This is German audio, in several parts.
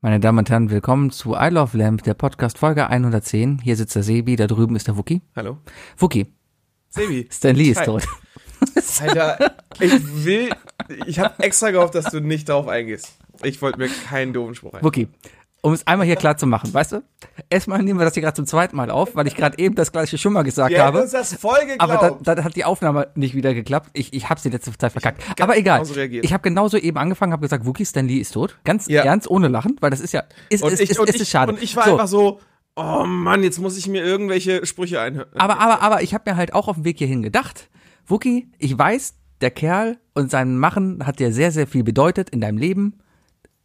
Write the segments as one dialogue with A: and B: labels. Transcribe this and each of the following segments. A: Meine Damen und Herren, willkommen zu I Love Lamp, der Podcast Folge 110. Hier sitzt der Sebi, da drüben ist der Wookie.
B: Hallo.
A: Wookie,
B: Sebi.
A: Stan Lee ist
B: Hi.
A: tot.
B: Alter, ich will. Ich habe extra gehofft, dass du nicht darauf eingehst. Ich wollte mir keinen doofen Spruch ein.
A: Wookie, um es einmal hier klar zu machen, weißt du? Erstmal nehmen wir das hier gerade zum zweiten Mal auf, weil ich gerade eben das gleiche schon mal gesagt
B: Wir hätten
A: habe.
B: uns das genau. voll
A: Aber
B: geglaubt.
A: dann da hat die Aufnahme nicht wieder geklappt. Ich, ich habe sie letzte Zeit verkackt. Aber egal.
B: genauso reagiert.
A: Ich habe genauso eben angefangen, habe gesagt, Wookie, Stan Lee ist tot. Ganz
B: Ja.
A: ernst, ohne lachen, weil das ist ja, ist,
B: und
A: ist,
B: ich,
A: ist,
B: und
A: ist,
B: ich,
A: ist schade.
B: Und ich war
A: so,
B: einfach so, oh Mann, jetzt muss ich mir irgendwelche Sprüche einhören.
A: Aber, aber, aber ich habe mir halt auch auf dem Weg hierhin gedacht, Wookie, ich weiß, der Kerl und sein Machen hat dir sehr, sehr viel bedeutet in deinem Leben.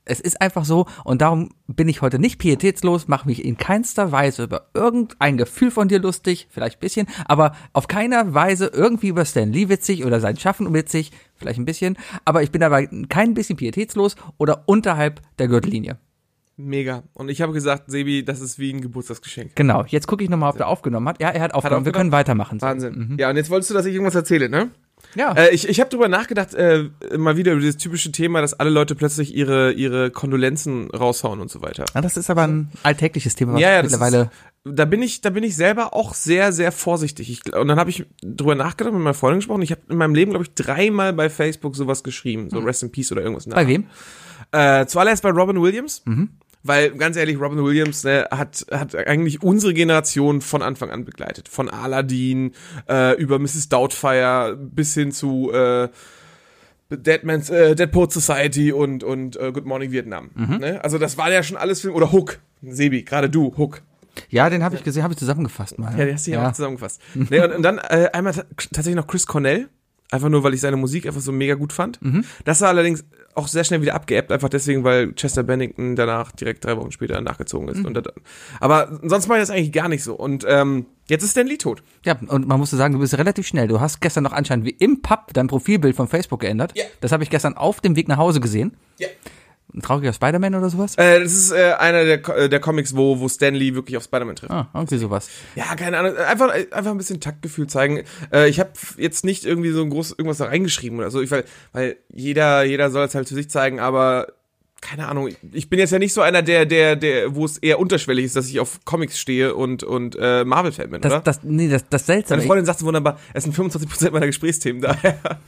A: Es ist einfach so und darum bin ich heute nicht pietätslos, mache mich in keinster Weise über irgendein Gefühl von dir lustig, vielleicht ein bisschen, aber auf keiner Weise irgendwie über Stan Lee witzig oder sein Schaffen witzig, vielleicht ein bisschen, aber ich bin dabei kein bisschen pietätslos oder unterhalb der Gürtellinie.
B: Mega. Und ich habe gesagt, Sebi, das ist wie ein Geburtstagsgeschenk.
A: Genau, jetzt gucke ich nochmal, ob der aufgenommen hat. Ja, er hat aufgenommen, wir können
B: aufgenommen?
A: weitermachen.
B: Wahnsinn.
A: Mhm.
B: Ja, und jetzt wolltest du, dass ich irgendwas erzähle, ne?
A: Ja.
B: Äh, ich ich habe drüber nachgedacht, äh, mal wieder über dieses typische Thema, dass alle Leute plötzlich ihre, ihre Kondolenzen raushauen und so weiter.
A: Ja, das ist aber ein alltägliches Thema, was
B: Ja, ja, das
A: mittlerweile.
B: Ist, da bin ich, da bin ich selber auch sehr, sehr vorsichtig. Ich, gl- und dann habe ich drüber nachgedacht, mit meiner Freundin gesprochen. Ich habe in meinem Leben, glaube ich, dreimal bei Facebook sowas geschrieben, so Rest in Peace oder irgendwas.
A: Hm. Bei wem? Mhm.
B: Äh, zuallererst bei Robin Williams. Weil, ganz ehrlich, Robin Williams ne, hat, hat eigentlich unsere Generation von Anfang an begleitet. Von Aladdin äh, über Mrs. Doubtfire bis hin zu äh, Deadman's, äh, Deadpool Society und, und äh, Good Morning Vietnam.
A: Mhm.
B: Ne? Also das war ja schon alles Film. Oder Hook. Sebi, gerade du, Hook.
A: Ja, den habe ich gesehen, habe ich zusammengefasst mal.
B: Ja, die hast du ja, auch zusammengefasst. Nee, und, und dann äh, einmal ta- tatsächlich noch Chris Cornell. Einfach nur, weil ich seine Musik einfach so mega gut fand. Das war allerdings auch sehr schnell wieder abgeebbt, einfach deswegen, weil Chester Bennington danach direkt drei Wochen später nachgezogen ist. Und das, aber sonst mache ich das eigentlich gar nicht so. Und ähm, jetzt ist Stan Lee tot.
A: Ja, und man musste sagen, du bist relativ schnell. Du hast gestern noch anscheinend wie im Pub dein Profilbild von Facebook geändert.
B: Ja.
A: Das habe ich gestern auf dem Weg nach Hause gesehen.
B: Ja.
A: Ein trauriger Spider-Man oder sowas?
B: Äh, das ist äh, einer der, Co- äh, der Comics, wo, wo Stan Lee wirklich auf Spider-Man trifft.
A: Ah, irgendwie sowas.
B: Ja, keine Ahnung. Einfach, einfach ein bisschen Taktgefühl zeigen. Äh, ich habe jetzt nicht irgendwie so ein großes irgendwas da reingeschrieben oder so. Ich, weil, weil jeder, jeder soll es halt für sich zeigen, aber keine Ahnung. Ich bin jetzt ja nicht so einer, der, der, der, wo es eher unterschwellig ist, dass ich auf Comics stehe und, und äh, Marvel-Fan bin, oder?
A: Das, das, nee, das, das
B: Meine
A: seltsame.
B: Freundin sagt so wunderbar, es sind 25% meiner Gesprächsthemen daher.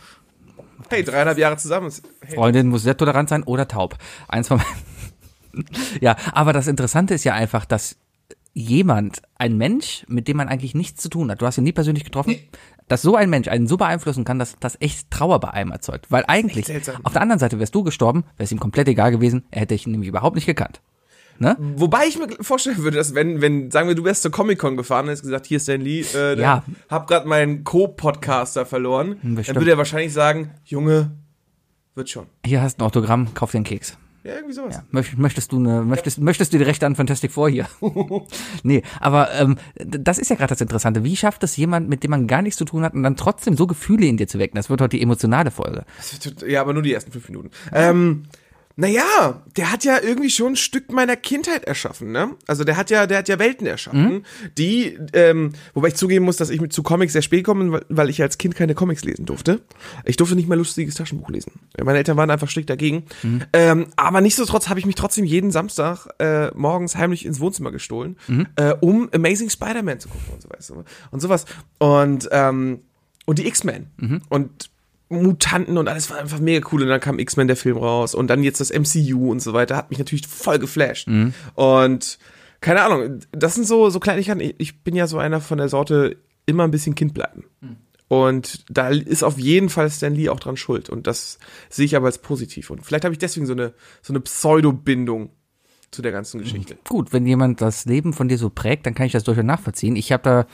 B: Hey, dreieinhalb Jahre zusammen. ist- Hey.
A: Freundin muss sehr tolerant sein oder taub. Eins von beiden. Ja, aber das Interessante ist ja einfach, dass jemand, ein Mensch, mit dem man eigentlich nichts zu tun hat, du hast ihn nie persönlich getroffen, dass so ein Mensch einen so beeinflussen kann, dass das echt Trauer bei einem erzeugt. Weil eigentlich,
B: seltsam.
A: auf der anderen Seite wärst du gestorben, wär's ihm komplett egal gewesen, er hätte dich nämlich überhaupt nicht gekannt. Ne?
B: Wobei ich mir vorstellen würde, dass wenn, wenn, sagen wir, du wärst zur Comic-Con gefahren und hättest gesagt, hier ist Stan Lee, äh, dann
A: Ja.
B: hab grad meinen Co-Podcaster verloren, dann
A: bestimmt.
B: würde er wahrscheinlich sagen, Junge, wird schon.
A: Hier hast du ein Autogramm, kauf dir einen Keks.
B: Ja, irgendwie sowas.
A: Möcht- Möchtest du eine, möchtest, möchtest du die Rechte an Fantastic Four hier? nee, aber ähm, d- das ist ja gerade das Interessante. Wie schafft es jemand, mit dem man gar nichts zu tun hat und dann trotzdem so Gefühle in dir zu wecken? Das wird heute die emotionale Folge.
B: Also, Ja, aber nur die ersten fünf Minuten. Ähm, naja, der hat ja irgendwie schon ein Stück meiner Kindheit erschaffen, ne? Also der hat ja, der hat ja Welten erschaffen, die, ähm, wobei ich zugeben muss, dass ich mit zu Comics sehr spät gekommen bin, weil- weil ich als Kind keine Comics lesen durfte. Ich durfte nicht mal lustiges Taschenbuch lesen. Meine Eltern waren einfach strikt dagegen. Ähm, aber nichtsdestotrotz habe ich mich trotzdem jeden Samstag äh, morgens heimlich ins Wohnzimmer gestohlen, äh, um Amazing Spider-Man zu gucken und so weiter und sowas. Und ähm, und die X-Men. Und Mutanten und alles war einfach mega cool. Und dann kam X-Men der Film raus und dann jetzt das MCU und so weiter. Hat mich natürlich voll geflasht.
A: Mhm.
B: Und keine Ahnung, das sind so, so Kleinigkeiten. Ich- Ich bin ja so einer von der Sorte, immer ein bisschen Kind bleiben.
A: Mhm.
B: Und da ist auf jeden Fall Stan Lee auch dran schuld. Und das sehe ich aber als positiv. Und vielleicht habe ich deswegen so eine, so eine Pseudo-Bindung zu der ganzen Geschichte.
A: Gut, wenn jemand das Leben von dir so prägt, dann kann ich das durchaus nachvollziehen. Ich habe da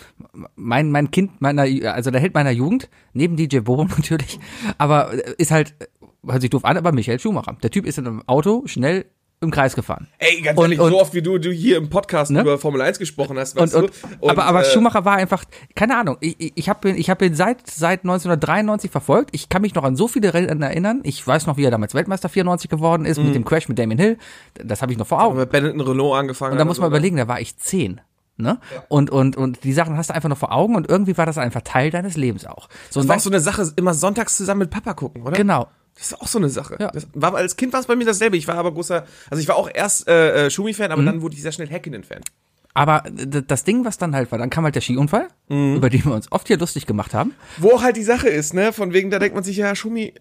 A: mein mein Kind meiner, also der Held meiner Jugend neben DJ Bobo natürlich, aber äh, ist halt äh, hört sich doof an, aber Michael Schumacher. Der Typ ist in einem Auto schnell im Kreis gefahren.
B: Ey, ganz
A: Und-
B: ehrlich,
A: und-
B: so oft wie du, du hier im Podcast
A: Ne?
B: über Formel 1 gesprochen hast,
A: und,
B: weißt
A: und,
B: du?
A: aber aber
B: äh,
A: Schumacher war einfach, keine Ahnung, ich, ich- ich habe ihn, ich hab ihn seit, seit 1993 verfolgt. Ich kann mich noch an so viele Rennen erinnern. Ich weiß noch, wie er damals Weltmeister 94 geworden ist
B: Mhm.
A: mit dem Crash mit Damien Hill. Das habe ich noch vor Augen.
B: mit Benetton Renault angefangen.
A: Und da muss man überlegen, da war ich zehn. Ne? Und, und, und die Sachen hast du einfach noch vor Augen und irgendwie war das einfach Teil deines Lebens auch. So, und
B: War
A: dann,
B: auch so eine Sache, immer sonntags zusammen mit Papa gucken, oder?
A: genau.
B: Das ist auch so eine Sache.
A: Ja.
B: Das war, als Kind war es bei mir dasselbe. Ich war aber großer, also ich war auch erst äh, äh, Schumi-Fan,
A: Mhm.
B: aber dann wurde ich sehr schnell Häkkinen-Fan.
A: Aber d- das Ding, was dann halt war, dann kam halt der Skiunfall,
B: Mhm.
A: über den wir uns oft hier lustig gemacht haben.
B: Wo auch halt die Sache ist, ne? Von wegen, da denkt man sich, ja, Schumi,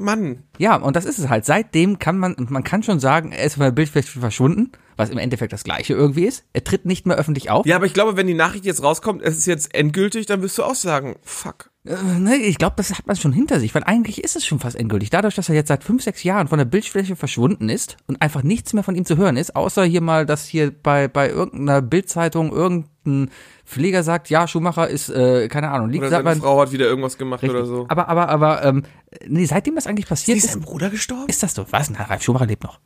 B: Mann.
A: Ja, und das ist es halt. Seitdem kann man, man kann schon sagen, er ist von der Bildfläche verschwunden, was im Endeffekt das Gleiche irgendwie ist. Er tritt nicht mehr öffentlich auf.
B: Ja, aber ich glaube, wenn die Nachricht jetzt rauskommt, es ist jetzt endgültig, dann wirst du auch sagen, fuck.
A: Äh, ne, ich glaube, das hat man schon hinter sich, weil eigentlich ist es schon fast endgültig. Dadurch, dass er jetzt seit fünf, sechs Jahren von der Bildfläche verschwunden ist und einfach nichts mehr von ihm zu hören ist, außer hier mal, dass hier bei, bei irgendeiner Bildzeitung irgendein Pfleger sagt, ja, Schumacher ist, äh, keine Ahnung, liegt
B: Oder seine
A: man,
B: Frau hat wieder irgendwas gemacht oder so.
A: Aber, aber, aber, ähm, nee, seitdem das eigentlich passiert ist,
B: Bruder gestorben?
A: ist das so. Was? Na, Ralf Schumacher lebt noch.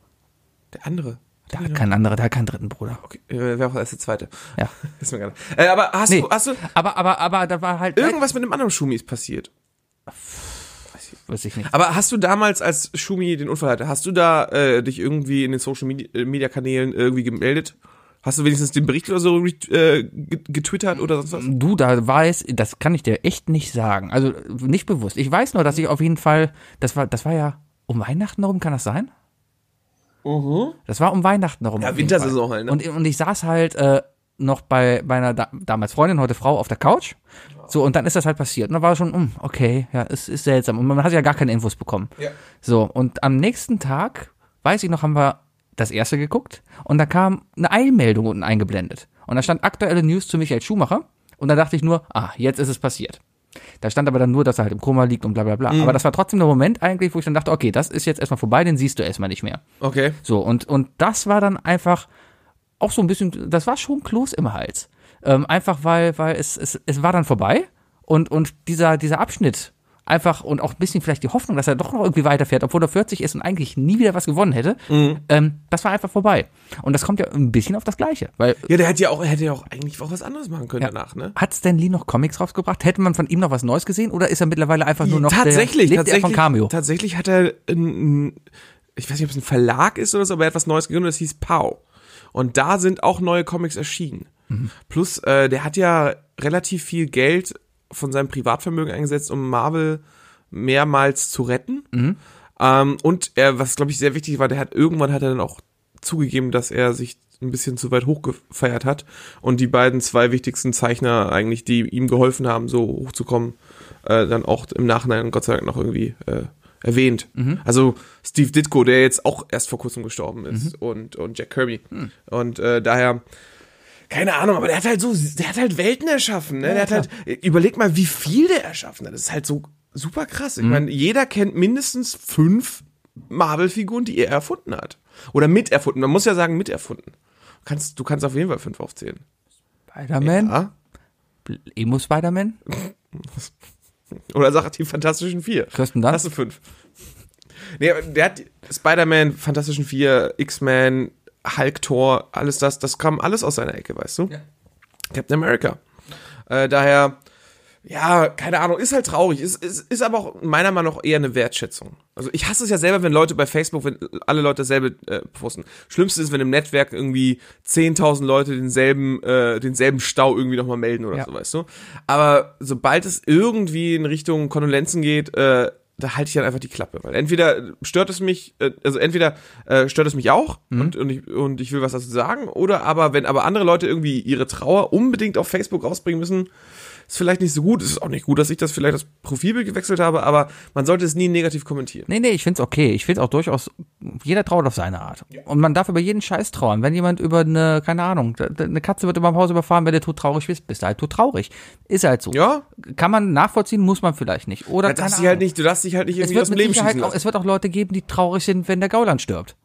B: Der andere.
A: Da hat kein anderer, da hat keinen dritten Bruder.
B: Okay, äh, wer auch erst der zweite.
A: Ja.
B: Ist mir egal. Äh, aber hast
A: Nee.
B: du, hast du
A: Aber, aber, aber, da war halt,
B: irgendwas mit einem anderen Schumi ist passiert?
A: weiß ich nicht.
B: Aber hast du damals, als Schumi den Unfall hatte, hast du da äh, dich irgendwie in den Social Media, äh, Media Kanälen irgendwie gemeldet? Hast du wenigstens den Bericht oder so ret- äh, get- getwittert oder sonst was?
A: Du, da weiß, das kann ich dir echt nicht sagen. Also nicht bewusst. Ich weiß nur, dass ich auf jeden Fall, das war, das war ja um Weihnachten herum, kann das sein? Das war um Weihnachten herum.
B: Ja,
A: auf jeden
B: Wintersaison
A: Fall.
B: halt, ne?
A: Und, und ich saß halt äh, noch bei meiner da damals Freundin, heute Frau, auf der Couch. So, und dann ist das halt passiert. Und dann war schon, hm, okay, ja, es ist seltsam. Und man hat ja gar keine Infos bekommen.
B: Ja.
A: So, und am nächsten Tag, weiß ich noch, haben wir das erste geguckt und da kam eine Eilmeldung unten eingeblendet. Und da stand aktuelle News zu Michael Schumacher. Und da dachte ich nur, ah, jetzt ist es passiert. Da stand aber dann nur, dass er halt im Koma liegt und bla bla bla.
B: Mhm.
A: Aber das war trotzdem der Moment eigentlich, wo ich dann dachte, okay, das ist jetzt erstmal vorbei, den siehst du erstmal nicht mehr.
B: Okay.
A: So, und, und das war dann einfach auch so ein bisschen, das war schon Kloß im Hals. Ähm, einfach weil, weil es, es, es war dann vorbei und, und dieser, dieser Abschnitt einfach und auch ein bisschen vielleicht die Hoffnung, dass er doch noch irgendwie weiterfährt, obwohl er 40 ist und eigentlich nie wieder was gewonnen hätte,
B: Mhm.
A: ähm, das war einfach vorbei. Und das kommt ja ein bisschen auf das Gleiche, weil
B: Ja, der hätte ja auch, er hätte ja auch eigentlich auch was anderes machen können danach, ne?
A: hat Stan Lee noch Comics rausgebracht? Hätte man von ihm noch was Neues gesehen oder ist er mittlerweile einfach nur noch
B: tatsächlich,
A: der, lebt
B: tatsächlich,
A: er von Cameo?
B: tatsächlich hat er, ein, ein- ich weiß nicht, ob es ein Verlag ist oder so, aber er hat was Neues gegründet, das hieß Pau. Und da sind auch neue Comics erschienen. Plus, äh, der hat ja relativ viel Geld von seinem Privatvermögen eingesetzt, um Marvel mehrmals zu retten. Ähm, und er, was glaube ich sehr wichtig war, der hat irgendwann hat er dann auch zugegeben, dass er sich ein bisschen zu weit hochgefeiert hat und die beiden zwei wichtigsten Zeichner eigentlich, die ihm geholfen haben, so hochzukommen, äh, dann auch im Nachhinein Gott sei Dank noch irgendwie äh, erwähnt. Also Steve Ditko, der jetzt auch erst vor kurzem gestorben ist und, und Jack Kirby. Und äh, daher keine Ahnung, aber der hat halt so, der hat halt Welten erschaffen, ne? der hat halt, überleg mal, wie viel der erschaffen hat. Das ist halt so super krass. Ich meine, jeder kennt mindestens fünf Marvel-Figuren, die er erfunden hat. Oder miterfunden. Man muss ja sagen, miterfunden. Du kannst, du kannst auf jeden Fall fünf aufzählen.
A: Spider-Man?
B: Ja?
A: Emo Spider-Man?
B: Oder sagt die Fantastischen Vier.
A: Kirsten Dunst?
B: Hast du fünf. Nee, aber der hat die- Spider-Man, Fantastischen Vier, X-Men, Hulk Thor, alles das, das kam alles aus seiner Ecke, weißt du? Captain America. Äh, daher, ja, keine Ahnung, ist halt traurig. Ist, ist, ist aber auch meiner Meinung nach eher eine Wertschätzung. Also ich hasse es ja selber, wenn Leute bei Facebook, wenn alle Leute dasselbe äh, posten. Schlimmste ist, wenn im Netzwerk irgendwie 10.000 Leute denselben, äh, denselben Stau irgendwie nochmal melden oder
A: Ja.
B: so, weißt du? Aber sobald es irgendwie in Richtung Kondolenzen geht, äh, da halte ich dann einfach die Klappe, weil entweder stört es mich, äh, also entweder äh, stört es mich auch und, und, ich, und ich will was dazu sagen, oder aber wenn aber andere Leute irgendwie ihre Trauer unbedingt auf Facebook rausbringen müssen, ist vielleicht nicht so gut. Es ist auch nicht gut, dass ich das vielleicht das Profilbild gewechselt habe, aber man sollte es nie negativ kommentieren.
A: Nee, nee, ich find's okay. Ich find's auch durchaus, jeder trauert auf seine Art. Und man darf über jeden Scheiß trauern. Wenn jemand über eine, keine Ahnung, da- da- eine Katze wird über dem Haus überfahren, wenn der tot traurig bist, bist du halt tot traurig. Ist halt so.
B: Ja?
A: Kann man nachvollziehen, muss man vielleicht nicht. Oder
B: Da
A: keine
B: darfst du dich
A: Ahnung.
B: halt nicht, du darfst dich halt nicht
A: es
B: irgendwie
A: wird
B: aus dem
A: mit
B: Leben
A: Sicherheit
B: schießen
A: auch,
B: lassen.
A: es wird auch Leute geben, die traurig sind, wenn der Gauland stirbt.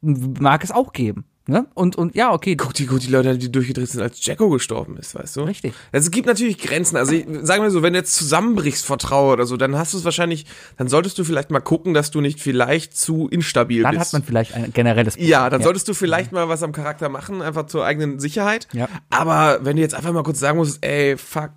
A: Mag es auch geben. Ne? Und, und ja, okay.
B: Guck die, guck die Leute, die durchgedreht sind, als Jacko gestorben ist, weißt du?
A: Richtig.
B: Also es gibt natürlich Grenzen. Also ich, sagen wir so, wenn du jetzt zusammenbrichst vor Trauer oder so, dann hast du es wahrscheinlich, dann solltest du vielleicht mal gucken, dass du nicht vielleicht zu instabil
A: Dann
B: bist.
A: hat man vielleicht ein generelles Problem.
B: ja, dann solltest du vielleicht mal was am Charakter machen, einfach zur eigenen Sicherheit.
A: Ja.
B: Aber wenn du jetzt einfach mal kurz sagen musst, ey, fuck,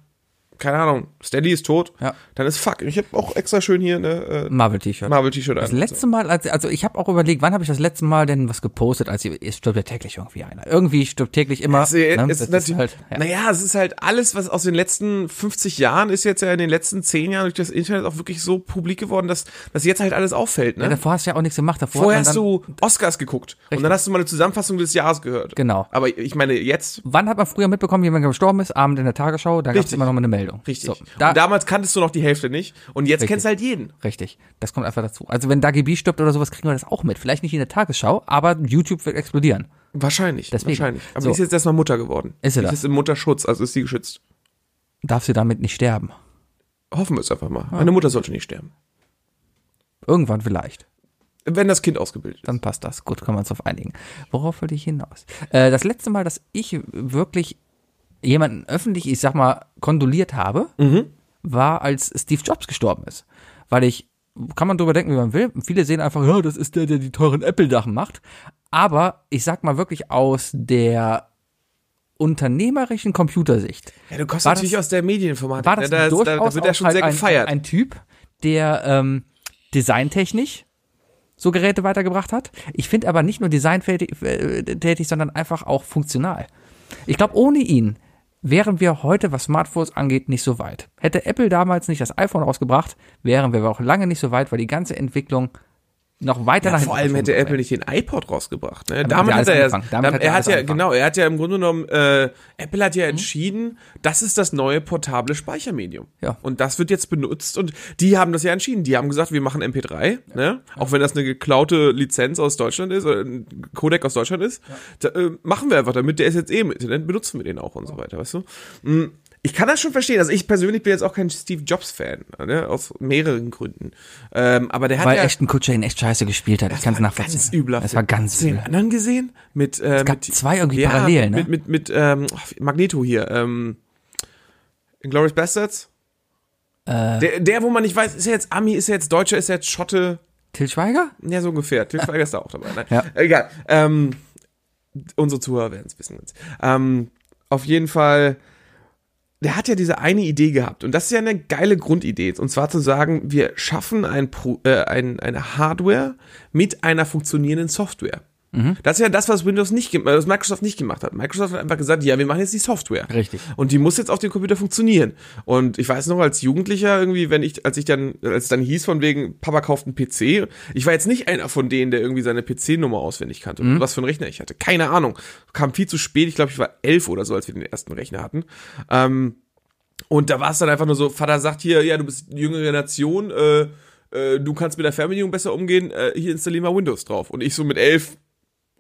B: keine Ahnung, Steady ist tot,
A: Ja.
B: dann ist fuck. Ich habe auch extra schön hier eine äh,
A: Marvel-T-Shirt.
B: Marvel-T-Shirt
A: Das
B: an.
A: letzte Mal, als, also ich habe auch überlegt, wann habe ich das letzte Mal denn was gepostet, als ich- es stirbt ja täglich irgendwie einer. Irgendwie stirbt täglich immer.
B: Also, äh,
A: ne?
B: es
A: Das
B: ist natürlich,
A: halt, ja.
B: Naja, es ist halt alles, was aus den letzten 50 Jahren ist jetzt ja in den letzten 10 Jahren durch das Internet auch wirklich so publik geworden, dass, dass jetzt halt alles auffällt. Ne?
A: Davor hast du ja auch nichts gemacht. Davor
B: Vorher
A: hat man
B: hast
A: dann,
B: du Oscars geguckt und dann hast du mal eine Zusammenfassung des Jahres gehört.
A: Genau.
B: Aber ich meine, jetzt,
A: Wann hat man früher mitbekommen, jemand gestorben ist? Abend in der Tagesschau, da gab es
B: Richtig.
A: immer noch mal eine Meldung.
B: richtig.
A: So, da,
B: und damals kanntest du noch die Hälfte nicht und jetzt
A: Richtig.
B: kennst halt jeden.
A: richtig. Das kommt einfach dazu. Also wenn Dagi B stirbt oder sowas, kriegen wir das auch mit. Vielleicht nicht in der Tagesschau, aber YouTube wird explodieren.
B: Wahrscheinlich,
A: Deswegen.
B: wahrscheinlich. Aber
A: So.
B: die ist jetzt erstmal Mutter geworden.
A: Ist sie
B: Die
A: das?
B: ist im Mutterschutz, also ist sie geschützt.
A: Darf sie damit nicht sterben.
B: Hoffen wir es einfach mal. Eine Mutter sollte nicht sterben.
A: Irgendwann vielleicht.
B: Wenn das Kind ausgebildet ist.
A: Dann passt das. Gut, können wir uns auf einigen. Worauf wollte ich hinaus? Äh, das letzte Mal, dass ich wirklich jemanden öffentlich, ich sag mal, kondoliert habe, war, als Steve Jobs gestorben ist. Weil ich, kann man drüber denken, wie man will. Viele sehen einfach, ja, das ist der, der die teuren Apple-Sachen macht. Aber ich sag mal wirklich aus der unternehmerischen Computersicht
B: Ja, du kommst
A: War
B: natürlich
A: das-
B: aus der Medieninformatik.
A: war
B: ne?
A: das
B: da, ist-
A: durchaus
B: da, da wird er
A: auch
B: schon
A: halt
B: sehr
A: ein,
B: gefeiert.
A: ein Typ, der ähm, designtechnisch so Geräte weitergebracht hat. Ich finde aber nicht nur designtätig, äh, tätig, sondern einfach auch funktional. Ich glaube, ohne ihn wären wir heute, was Smartphones angeht, nicht so weit. Hätte Apple damals nicht das iPhone rausgebracht, wären wir auch lange nicht so weit, weil die ganze Entwicklung noch weiter nach
B: Ja,
A: hinten
B: vor allem hätte
A: verschoben
B: Apple
A: wäre.
B: nicht den iPod rausgebracht. Ne?
A: hat
B: Damit
A: er
B: hat
A: alles
B: er ja,
A: angefangen. Damit
B: dam-
A: hat er
B: er hat
A: alles
B: ja,
A: angefangen. Mhm.
B: genau, er hat ja im Grunde genommen, äh, Apple hat ja entschieden, das ist das neue portable Speichermedium.
A: Ja.
B: Und das wird jetzt benutzt und die haben das ja entschieden. Die haben gesagt, wir machen MP3, ne? Auch wenn das eine geklaute Lizenz aus Deutschland ist, oder ein Codec aus Deutschland ist, da, äh, machen wir einfach damit. Der ist jetzt eh im Internet, benutzen wir den auch und so weiter, weißt du? Mm, Ich kann das schon verstehen. Also ich persönlich bin jetzt auch kein Steve Jobs-Fan, ne? aus mehreren Gründen. Ähm, aber der hat
A: Weil
B: ja
A: Ashton Kutscher ihn echt scheiße gespielt hat. Ich kann es nachvollziehen.
B: Ganz übler
A: Das war
B: Film.
A: ganz
B: Hast du den
A: übel.
B: anderen gesehen? Mit, äh,
A: gab
B: mit,
A: zwei irgendwie parallel, ne?
B: Mit, mit, mit ähm, ach, Magneto hier. Ähm, Glorious Bastards.
A: Äh.
B: Der, der, wo man nicht weiß, ist er jetzt Ami, ist er jetzt Deutscher, ist er jetzt Schotte?
A: Til Schweiger?
B: Ja, so ungefähr. Till Schweiger ist da auch dabei. Nein.
A: Ah. Ja.
B: Egal. Ähm, unsere Zuhörer werden es wissen. jetzt. Ähm, auf jeden Fall, der hat ja diese eine Idee gehabt. Und das ist ja eine geile Grundidee. Und zwar zu sagen, wir schaffen ein, Pro, äh, ein, eine Hardware mit einer funktionierenden Software. Das ist ja das, was Windows nicht, gem- äh, was Microsoft nicht gemacht hat. Microsoft hat einfach gesagt, ja, wir machen jetzt die Software.
A: Richtig.
B: Und die muss jetzt auf dem Computer funktionieren. Und ich weiß noch, als Jugendlicher irgendwie, wenn ich, als ich dann, als es dann hieß von wegen, Papa kauft einen PC, ich war jetzt nicht einer von denen, der irgendwie seine PC-Nummer auswendig kannte oder was für einen Rechner ich hatte. Keine Ahnung. Kam viel zu spät. Ich glaube, ich war elf oder so, als wir den ersten Rechner hatten. Ähm, und da war es dann einfach nur so, Vater sagt hier, ja, du bist eine jüngere Nation, äh, äh, du kannst mit der Fernbedienung besser umgehen, äh, hier installier mal Windows drauf. Und ich so mit elf,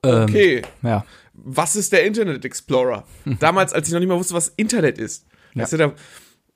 B: okay
A: Ja.
B: was ist der Internet Explorer? Damals, als ich noch nicht mal wusste, was Internet ist. Weißt du, da,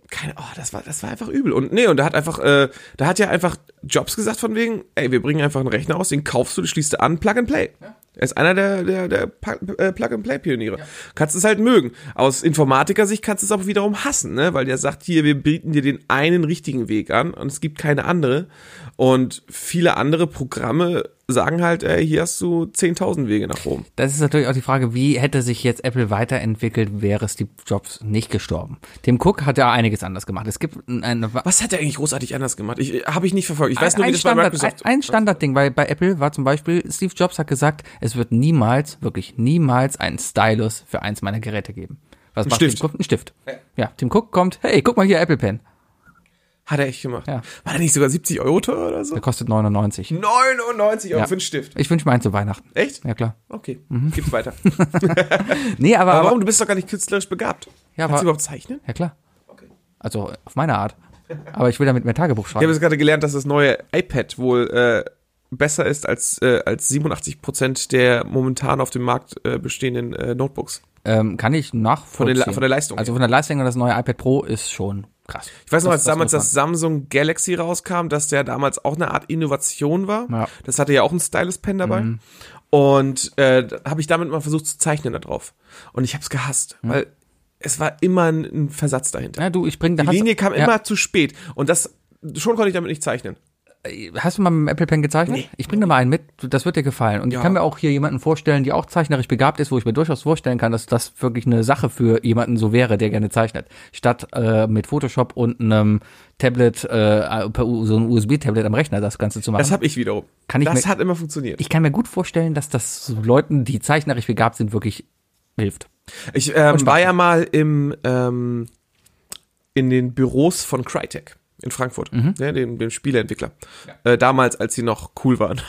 B: keine, oh, das war, das war einfach übel. Und nee, und da hat einfach, äh, da hat ja einfach Jobs gesagt von wegen, ey, wir bringen einfach einen Rechner aus, den kaufst du, den schließt du an, Plug and Play. Er ist einer der, der, der Pa- äh, Plug-and-Play-Pioniere. Kannst es halt mögen. Aus Informatiker-Sicht kannst du es aber wiederum hassen, ne? weil der sagt hier, wir bieten dir den einen richtigen Weg an und es gibt keine andere. Und viele andere Programme sagen halt, ey, hier hast du 10.000 Wege nach Rom.
A: Das ist natürlich auch die Frage, wie hätte sich jetzt Apple weiterentwickelt, wäre Steve Jobs nicht gestorben. Tim Cook hat ja einiges anders gemacht. Es gibt ein, ein,
B: Was hat er eigentlich großartig anders gemacht? Ich habe ich nicht verfolgt. Ich weiß
A: ein,
B: nur, wie
A: ein,
B: das bei
A: Standard, ein,
B: Microsoft.
A: ein Standardding bei, bei Apple war zum Beispiel, Steve Jobs hat gesagt, es wird niemals, wirklich niemals einen Stylus für eins meiner Geräte geben. Was macht
B: Stift.
A: Tim Cook? Ein Stift. Ja, Tim Cook kommt, hey, guck mal hier, Apple Pen.
B: Hat er echt gemacht.
A: Ja.
B: War der nicht sogar 70 Euro teuer oder so?
A: Der kostet
B: Hm.
A: 99.
B: 99 Euro
A: Ja.
B: für einen Stift.
A: Ich wünsche mir einen zu Weihnachten.
B: Echt?
A: Ja, Mhm. klar.
B: Okay, gib's weiter.
A: Nee, aber,
B: Aber warum? Du bist doch gar nicht künstlerisch begabt.
A: Ja,
B: Kannst
A: aber-
B: du überhaupt zeichnen?
A: ja klar. Also, auf meine Art. Aber ich will damit mehr Tagebuch
B: Ich habe
A: schreiben.
B: jetzt gerade gelernt, dass das neue iPad wohl äh, besser ist als, äh, als 87 Prozent der momentan auf dem Markt äh, bestehenden äh, Notebooks.
A: Ähm, kann ich nachvollziehen.
B: von der Leistung
A: Also von der Leistung und das neue iPad Pro ist schon krass.
B: Ich weiß noch,
A: Das-
B: als damals
A: muss
B: das Samsung Galaxy rauskam, dass der damals auch eine Art Innovation war.
A: Ja. Mhm.
B: Das hatte ja auch ein Stylus Pen dabei. Und äh, habe ich damit mal versucht zu zeichnen da drauf. Und ich habe es gehasst, weil es war immer ein, ein Versatz dahinter.
A: man- also, Ja, du, ich bringe
B: Die Linie kam
A: ja,
B: immer zu spät. Und das schon konnte ich damit nicht zeichnen.
A: Hast du mal mit dem Apple Pen gezeichnet?
B: Nee.
A: Ich bringe dir mal einen mit, das wird dir gefallen. Und
B: Ja.
A: ich kann mir auch hier jemanden vorstellen, die auch zeichnerisch begabt ist, wo ich mir durchaus vorstellen kann, dass das wirklich eine Sache für jemanden so wäre, der gerne zeichnet. Statt äh, mit Photoshop und einem Tablet, äh, per U- so ein USB-Tablet am Rechner das Ganze zu machen.
B: Das habe ich wiederum.
A: Kann ich
B: das
A: mir-
B: hat immer funktioniert.
A: ich kann mir gut vorstellen, dass das so Leuten, die zeichnerisch begabt sind, wirklich hilft.
B: Ich ähm, war ja mal im, ähm, in den Büros von Crytek in Frankfurt,
A: Mhm.
B: ne, dem, dem Spieleentwickler. Äh, damals, als sie noch cool waren.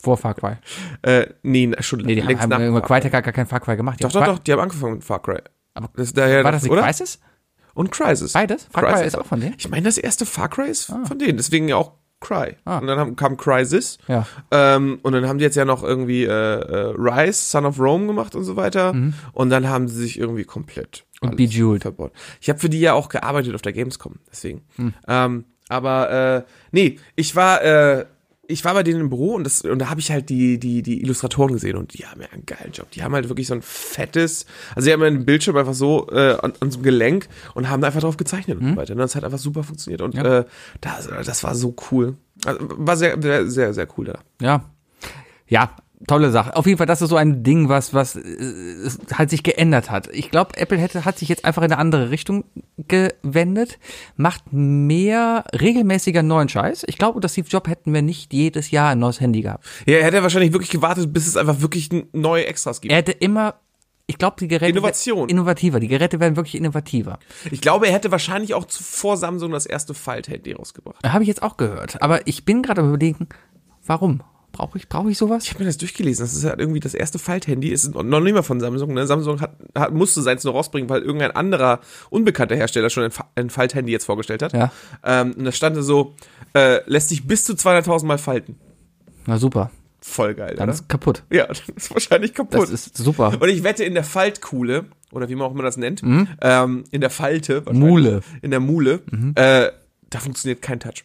A: Vor Far Cry.
B: Äh, nee, na, schon
A: Nee, die
B: längst
A: haben,
B: nach.
A: haben Crytek hat gar kein Far Cry gemacht. Die
B: doch,
A: haben
B: doch,
A: Cry-
B: doch, die haben angefangen mit Far Cry.
A: Aber
B: Das ist daher,
A: War das nicht
B: oder?
A: Crisis?
B: Und Crisis.
A: Beides? Far Cry ist auch von denen?
B: Ich meine, das erste Far Cry ist von denen, deswegen ja auch Cry. Und dann haben, kam Crisis.
A: Ah. Ja.
B: Ähm, und dann haben die jetzt ja noch irgendwie äh, äh, Rise, Son of Rome gemacht und so weiter. Und dann haben sie sich irgendwie komplett
A: Mhm. Und Bejeweled.
B: verbaut. Ich habe für die ja auch gearbeitet auf der Gamescom, deswegen.
A: Hm.
B: Ähm, aber äh, nee, ich war äh, ich war bei denen im Büro und das und da habe ich halt die die die Illustratoren gesehen und die haben ja einen geilen Job. Die haben halt wirklich so ein fettes, also die haben einen Bildschirm einfach so äh, an, an so einem Gelenk und haben da einfach drauf gezeichnet
A: Hm.
B: und so weiter. Und das hat einfach super funktioniert und äh, das, das war so cool. Also, war sehr sehr sehr, sehr cool da.
A: Ja. Ja, tolle Sache. Auf jeden Fall, das ist so ein Ding, was, was äh, es halt sich geändert hat. Ich glaube, Apple hätte, hat sich jetzt einfach in eine andere Richtung gewendet, macht mehr regelmäßiger neuen Scheiß. Ich glaube, unter Steve Jobs hätten wir nicht jedes Jahr ein neues Handy gehabt.
B: Ja, er hätte ja wahrscheinlich wirklich gewartet, bis es einfach wirklich n- neue Extras gibt.
A: Er hätte immer, ich glaube, die Geräte.
B: Innovation.
A: Innovativer. Die Geräte werden wirklich innovativer.
B: Ich glaube, er hätte wahrscheinlich auch zuvor Samsung das erste Fold-Handy rausgebracht.
A: Habe ich jetzt auch gehört. Aber ich bin gerade am überlegen, warum? Brauche ich, brauche ich sowas?
B: Ich habe mir das durchgelesen. Das ist halt irgendwie das erste Falthandy. Ist noch nicht mal von Samsung. Ne? Samsung hat, hat, musste seins nur rausbringen, weil irgendein anderer unbekannter Hersteller schon ein, Fa- ein Falthandy jetzt vorgestellt hat.
A: Ja.
B: Ähm, und da stand so, äh, lässt sich bis zu 200.000 Mal falten.
A: Na super.
B: Voll geil,
A: Dann
B: oder?
A: ist kaputt.
B: Ja, das ist wahrscheinlich
A: Das
B: kaputt.
A: ist super.
B: und ich wette, in der Faltkuhle, oder wie man auch immer das nennt, ähm, in der Falte, wahrscheinlich,
A: Mhm. Mule.
B: in der Mule, äh, da funktioniert kein Touch.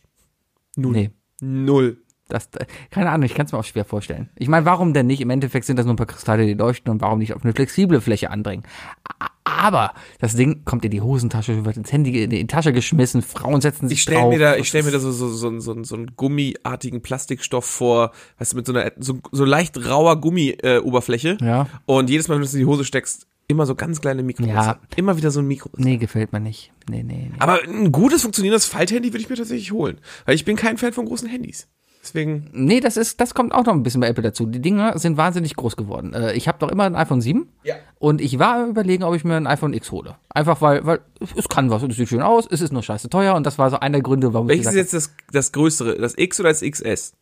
B: Null.
A: Mhm. Nee.
B: Null.
A: Das, äh, keine Ahnung, ich kann es mir auch schwer vorstellen. Ich meine, warum denn nicht? Im Endeffekt sind das nur ein paar Kristalle, die leuchten und warum nicht auf eine flexible Fläche anbringen? A- Aber das Ding kommt in die Hosentasche, wird ins Handy, in die Tasche geschmissen, Frauen setzen sich
B: Ich stelle
A: drauf.
B: mir da, ich stell mir da so, so, so, so, so einen gummiartigen Plastikstoff vor, weißt du, mit so einer so, so leicht rauer Gummi-Oberfläche.
A: Ja.
B: Und jedes Mal, wenn du es in die Hose steckst, immer so ganz kleine Mikros.
A: Ja.
B: Immer wieder so ein Mikro.
A: nee, gefällt mir nicht. Nee, nee, nee.
B: Aber ein gutes funktionierendes Falthandy würde ich mir tatsächlich holen. Weil ich bin kein Fan von großen Handys. Deswegen.
A: Nee, das ist, das kommt auch noch ein bisschen bei Apple dazu. Die Dinger sind wahnsinnig groß geworden. Äh, Ich habe doch immer ein iPhone 7
B: Ja.
A: und ich war am überlegen, ob ich mir ein iPhone X hole. Einfach weil, weil es- es kann was und es sieht schön aus, es ist nur scheiße teuer und das war so einer der Gründe, warum
B: Welches ist
A: ich gesagt
B: jetzt das, das größere? Das X oder das XS?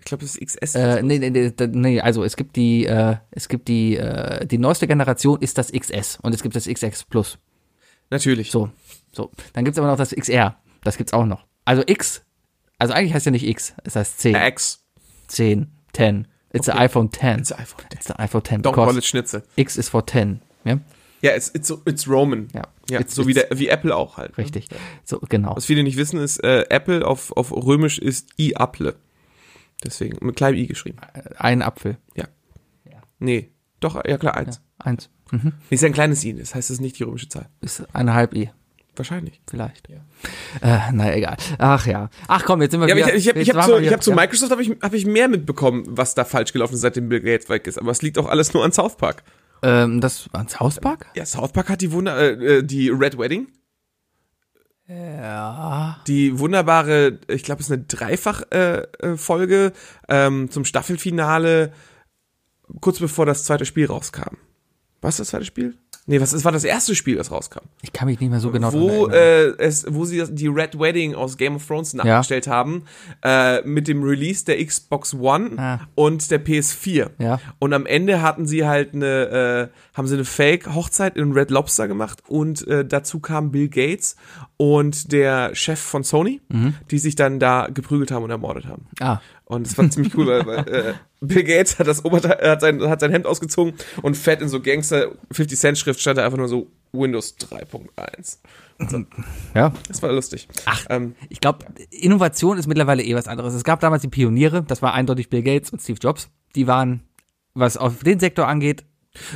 B: Ich glaube, das XS.
A: Äh, nee, nee, nee, da- nee, also es gibt die, äh, es gibt die, äh, die neueste Generation ist das XS und es gibt das XX Plus.
B: Natürlich.
A: So, so. Dann gibt's aber noch das XR. Das gibt's auch noch. Also X, also eigentlich heißt ja nicht X, es heißt 10,
B: Äh, X.
A: 10, 10. It's the iPhone 10.
B: It's iPhone.
A: It's the iPhone 10.
B: Don't
A: because
B: call it Schnitzel.
A: X is for 10. Ja,
B: Ja, it's, it's, it's Roman.
A: Ja.
B: ja
A: It's-
B: so wie, der,
A: it's-
B: wie Apple auch halt. ne?
A: richtig. So, genau.
B: Was viele nicht wissen, ist, äh, Apple auf, auf Römisch ist i-Apple. Deswegen, mit kleinem i geschrieben.
A: Äh, Ein Apfel.
B: Ja. Nee, doch, ja klar, eins.
A: Eins. Mhm.
B: Nee, ist ja ein kleines i, das heißt, es ist nicht die römische Zahl.
A: Ist eineinhalb I,
B: Wahrscheinlich.
A: vielleicht. Äh, na egal. Ach ja. Ach komm, jetzt sind wir
B: Ja, aber
A: wieder.
B: ich, ich, hab- ich
A: jetzt
B: habe
A: waren
B: zu,
A: wir
B: ich
A: wieder-
B: hab zu
A: ja.
B: Microsoft habe ich, hab ich mehr mitbekommen, was da falsch gelaufen ist, seitdem Bill Gates weg ist. Aber es liegt auch alles nur an South Park.
A: ähm, das ans Hauspark?
B: Ja, South Park hat die Wunder, äh, äh, die Red Wedding. Ja. Die wunderbare, ich glaube, es ist eine Dreifach-Folge äh, äh, Folge, ähm, zum Staffelfinale, kurz bevor das zweite Spiel rauskam. Was das zweite Spiel? Nee, was es war das erste Spiel, das rauskam.
A: Ich kann mich nicht mehr so genau dran
B: wo
A: erinnern.
B: äh, es, wo sie das- die Red Wedding aus Game of Thrones nachgestellt haben äh, mit dem Release der Xbox One
A: Ah.
B: und der PS4.
A: Ja.
B: Und am Ende hatten sie halt eine, äh, haben sie eine Fake-Hochzeit in Red Lobster gemacht und äh, dazu kamen Bill Gates und der Chef von Sony,
A: Mhm.
B: die sich dann da geprügelt haben und ermordet haben.
A: Ah,
B: Und das war ziemlich cool, weil, weil äh, Bill Gates hat das Oberteil, äh, hat sein, hat sein Hemd ausgezogen und fett in so Gangster 50 Cent Schrift stand da einfach nur so Windows 3.1.
A: ja.
B: Das war lustig. Ach. Ähm,
A: Ich glaube, Innovation ist mittlerweile eh was anderes. Es gab damals die Pioniere, das war eindeutig Bill Gates und Steve Jobs. Die waren, was auf den Sektor angeht,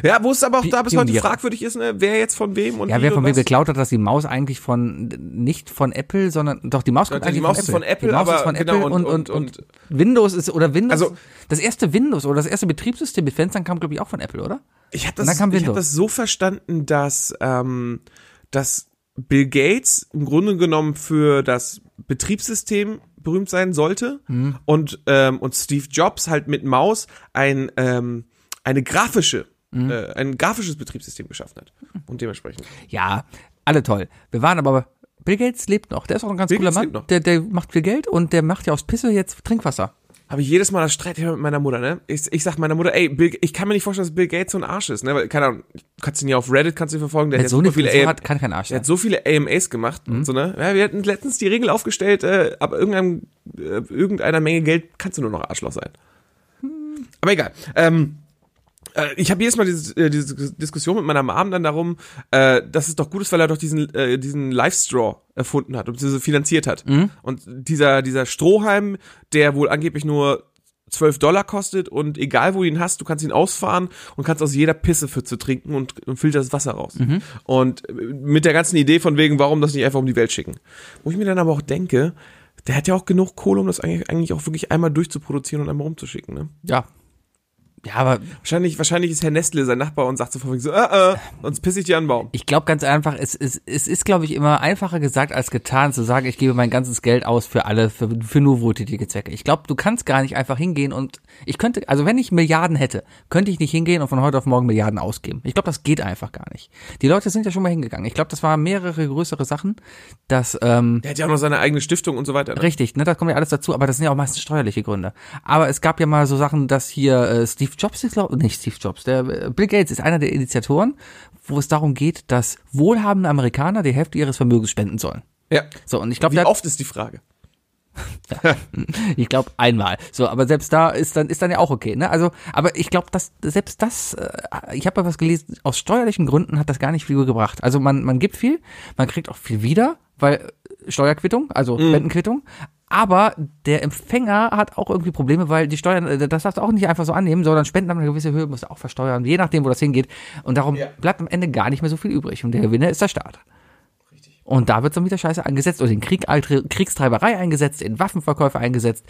B: Ja, wo es aber auch da bis heute
A: Pioniere.
B: fragwürdig ist, ne, wer jetzt von wem und
A: Ja,
B: wie
A: wer von
B: und
A: wem
B: was.
A: geklaut hat, dass die Maus eigentlich von, nicht von Apple, sondern, doch, die Maus kommt
B: Die
A: eigentlich von
B: Maus ist
A: Apple.
B: von Apple,
A: die Maus
B: aber
A: ist von
B: genau,
A: Apple
B: und-
A: und, und,
B: und-
A: und, Windows ist, oder Windows,
B: Also-
A: das erste Windows oder das erste Betriebssystem mit Fenstern kam, glaube ich, auch von Apple, oder?
B: Ich habe
A: Und
B: das,
A: dann kam
B: ich hab
A: Windows.
B: das so verstanden, dass, ähm, dass Bill Gates im Grunde genommen für das Betriebssystem berühmt sein sollte
A: Mhm.
B: und, ähm, und Steve Jobs halt mit Maus ein, ähm, eine grafische,
A: Mhm.
B: äh, ein grafisches Betriebssystem geschaffen hat. Und dementsprechend.
A: Ja, alle toll. Wir waren aber, Bill Gates lebt noch, der ist auch ein ganz
B: Bill
A: cooler
B: Gates lebt noch.
A: Mann, der, der macht viel Geld und der macht ja aus Pisse jetzt Trinkwasser.
B: Habe ich jedes Mal das Streitthema mit meiner Mutter, ne? Ich, ich sag meiner Mutter, ey, Bill, ich kann mir nicht vorstellen, dass Bill Gates so ein Arsch ist, ne? Weil, keine Ahnung, kannst du ihn ja auf Reddit, kannst du ihn verfolgen, der
A: Wer
B: hat
A: so
B: super
A: eine Frisur
B: AM
A: hat, kann kein Arsch
B: Er
A: sein.
B: hat so viele AMAs gemacht und so, ne? Ja, wir hatten letztens die Regel aufgestellt, äh, ab irgendeinem, äh, irgendeiner Menge Geld kannst du nur noch Arschloch sein. Aber egal. Ähm, äh, ich habe jedes Mal dieses, äh, diese Diskussion mit meiner Mom dann darum, äh, dass es doch gut ist, weil er doch diesen, äh, diesen Live-Straw erfunden hat und diese finanziert hat. Und dieser, dieser Strohhalm, der wohl angeblich nur 12 Dollar kostet und egal wo du ihn hast, du kannst ihn ausfahren und kannst aus jeder Pisse für zu trinken und, und filterst das Wasser raus.
A: Mhm.
B: Und äh, mit der ganzen Idee von wegen, warum das nicht einfach um die Welt schicken. Wo ich mir dann aber auch denke, der hat ja auch genug Kohle, um das eigentlich, eigentlich auch wirklich einmal durchzuproduzieren und einmal rumzuschicken. Ne?
A: Ja. Ja, aber
B: Wahrscheinlich, wahrscheinlich ist Herr Nestle sein Nachbar und sagt so vorwiegend so, äh, äh, sonst pisse ich dir an den Baum.
A: Ich glaube ganz einfach, es, es, es ist, glaube ich, immer einfacher gesagt als getan, zu sagen, ich gebe mein ganzes Geld aus für alle, für, für nur wohltätige Zwecke. Ich glaube, du kannst gar nicht einfach hingehen und ich könnte, also wenn ich Milliarden hätte, könnte ich nicht hingehen und von heute auf morgen Milliarden ausgeben. Ich glaube, das geht einfach gar nicht. Die Leute sind ja schon mal hingegangen. Ich glaube, das waren mehrere größere Sachen, dass, ähm,
B: Der hat ja auch noch seine eigene Stiftung und so weiter. Ne?
A: Richtig, ne, da kommt ja alles dazu, aber das sind ja auch meistens steuerliche Gründe. Aber es gab ja mal so Sachen, dass hier äh, Steve Jobs, ich glaube, nicht Steve Jobs, der äh, Bill Gates ist einer der Initiatoren, wo es darum geht, dass wohlhabende Amerikaner die Hälfte ihres Vermögens spenden sollen.
B: Ja.
A: So, und ich glaube,
B: Wie
A: der-
B: oft ist die Frage?
A: ich glaube einmal. So, aber selbst da ist dann ist dann ja auch okay, ne? Also, aber ich glaube, dass selbst das, äh, ich habe ja was gelesen, aus steuerlichen Gründen hat das gar nicht viel gebracht. Also man man gibt viel, man kriegt auch viel wieder, weil äh, Steuerquittung, also Spendenquittung. Aber der Empfänger hat auch irgendwie Probleme, weil die Steuern, äh, das darfst du auch nicht einfach so annehmen, sondern Spenden ab einer gewissen Höhe musst du auch versteuern, je nachdem, wo das hingeht. Und darum
B: Ja.
A: bleibt am Ende gar nicht mehr so viel übrig. Und der Gewinner ist der Staat. Und da wird dann wieder Scheiße eingesetzt oder in Krieg, altre- Kriegstreiberei eingesetzt, in Waffenverkäufe eingesetzt,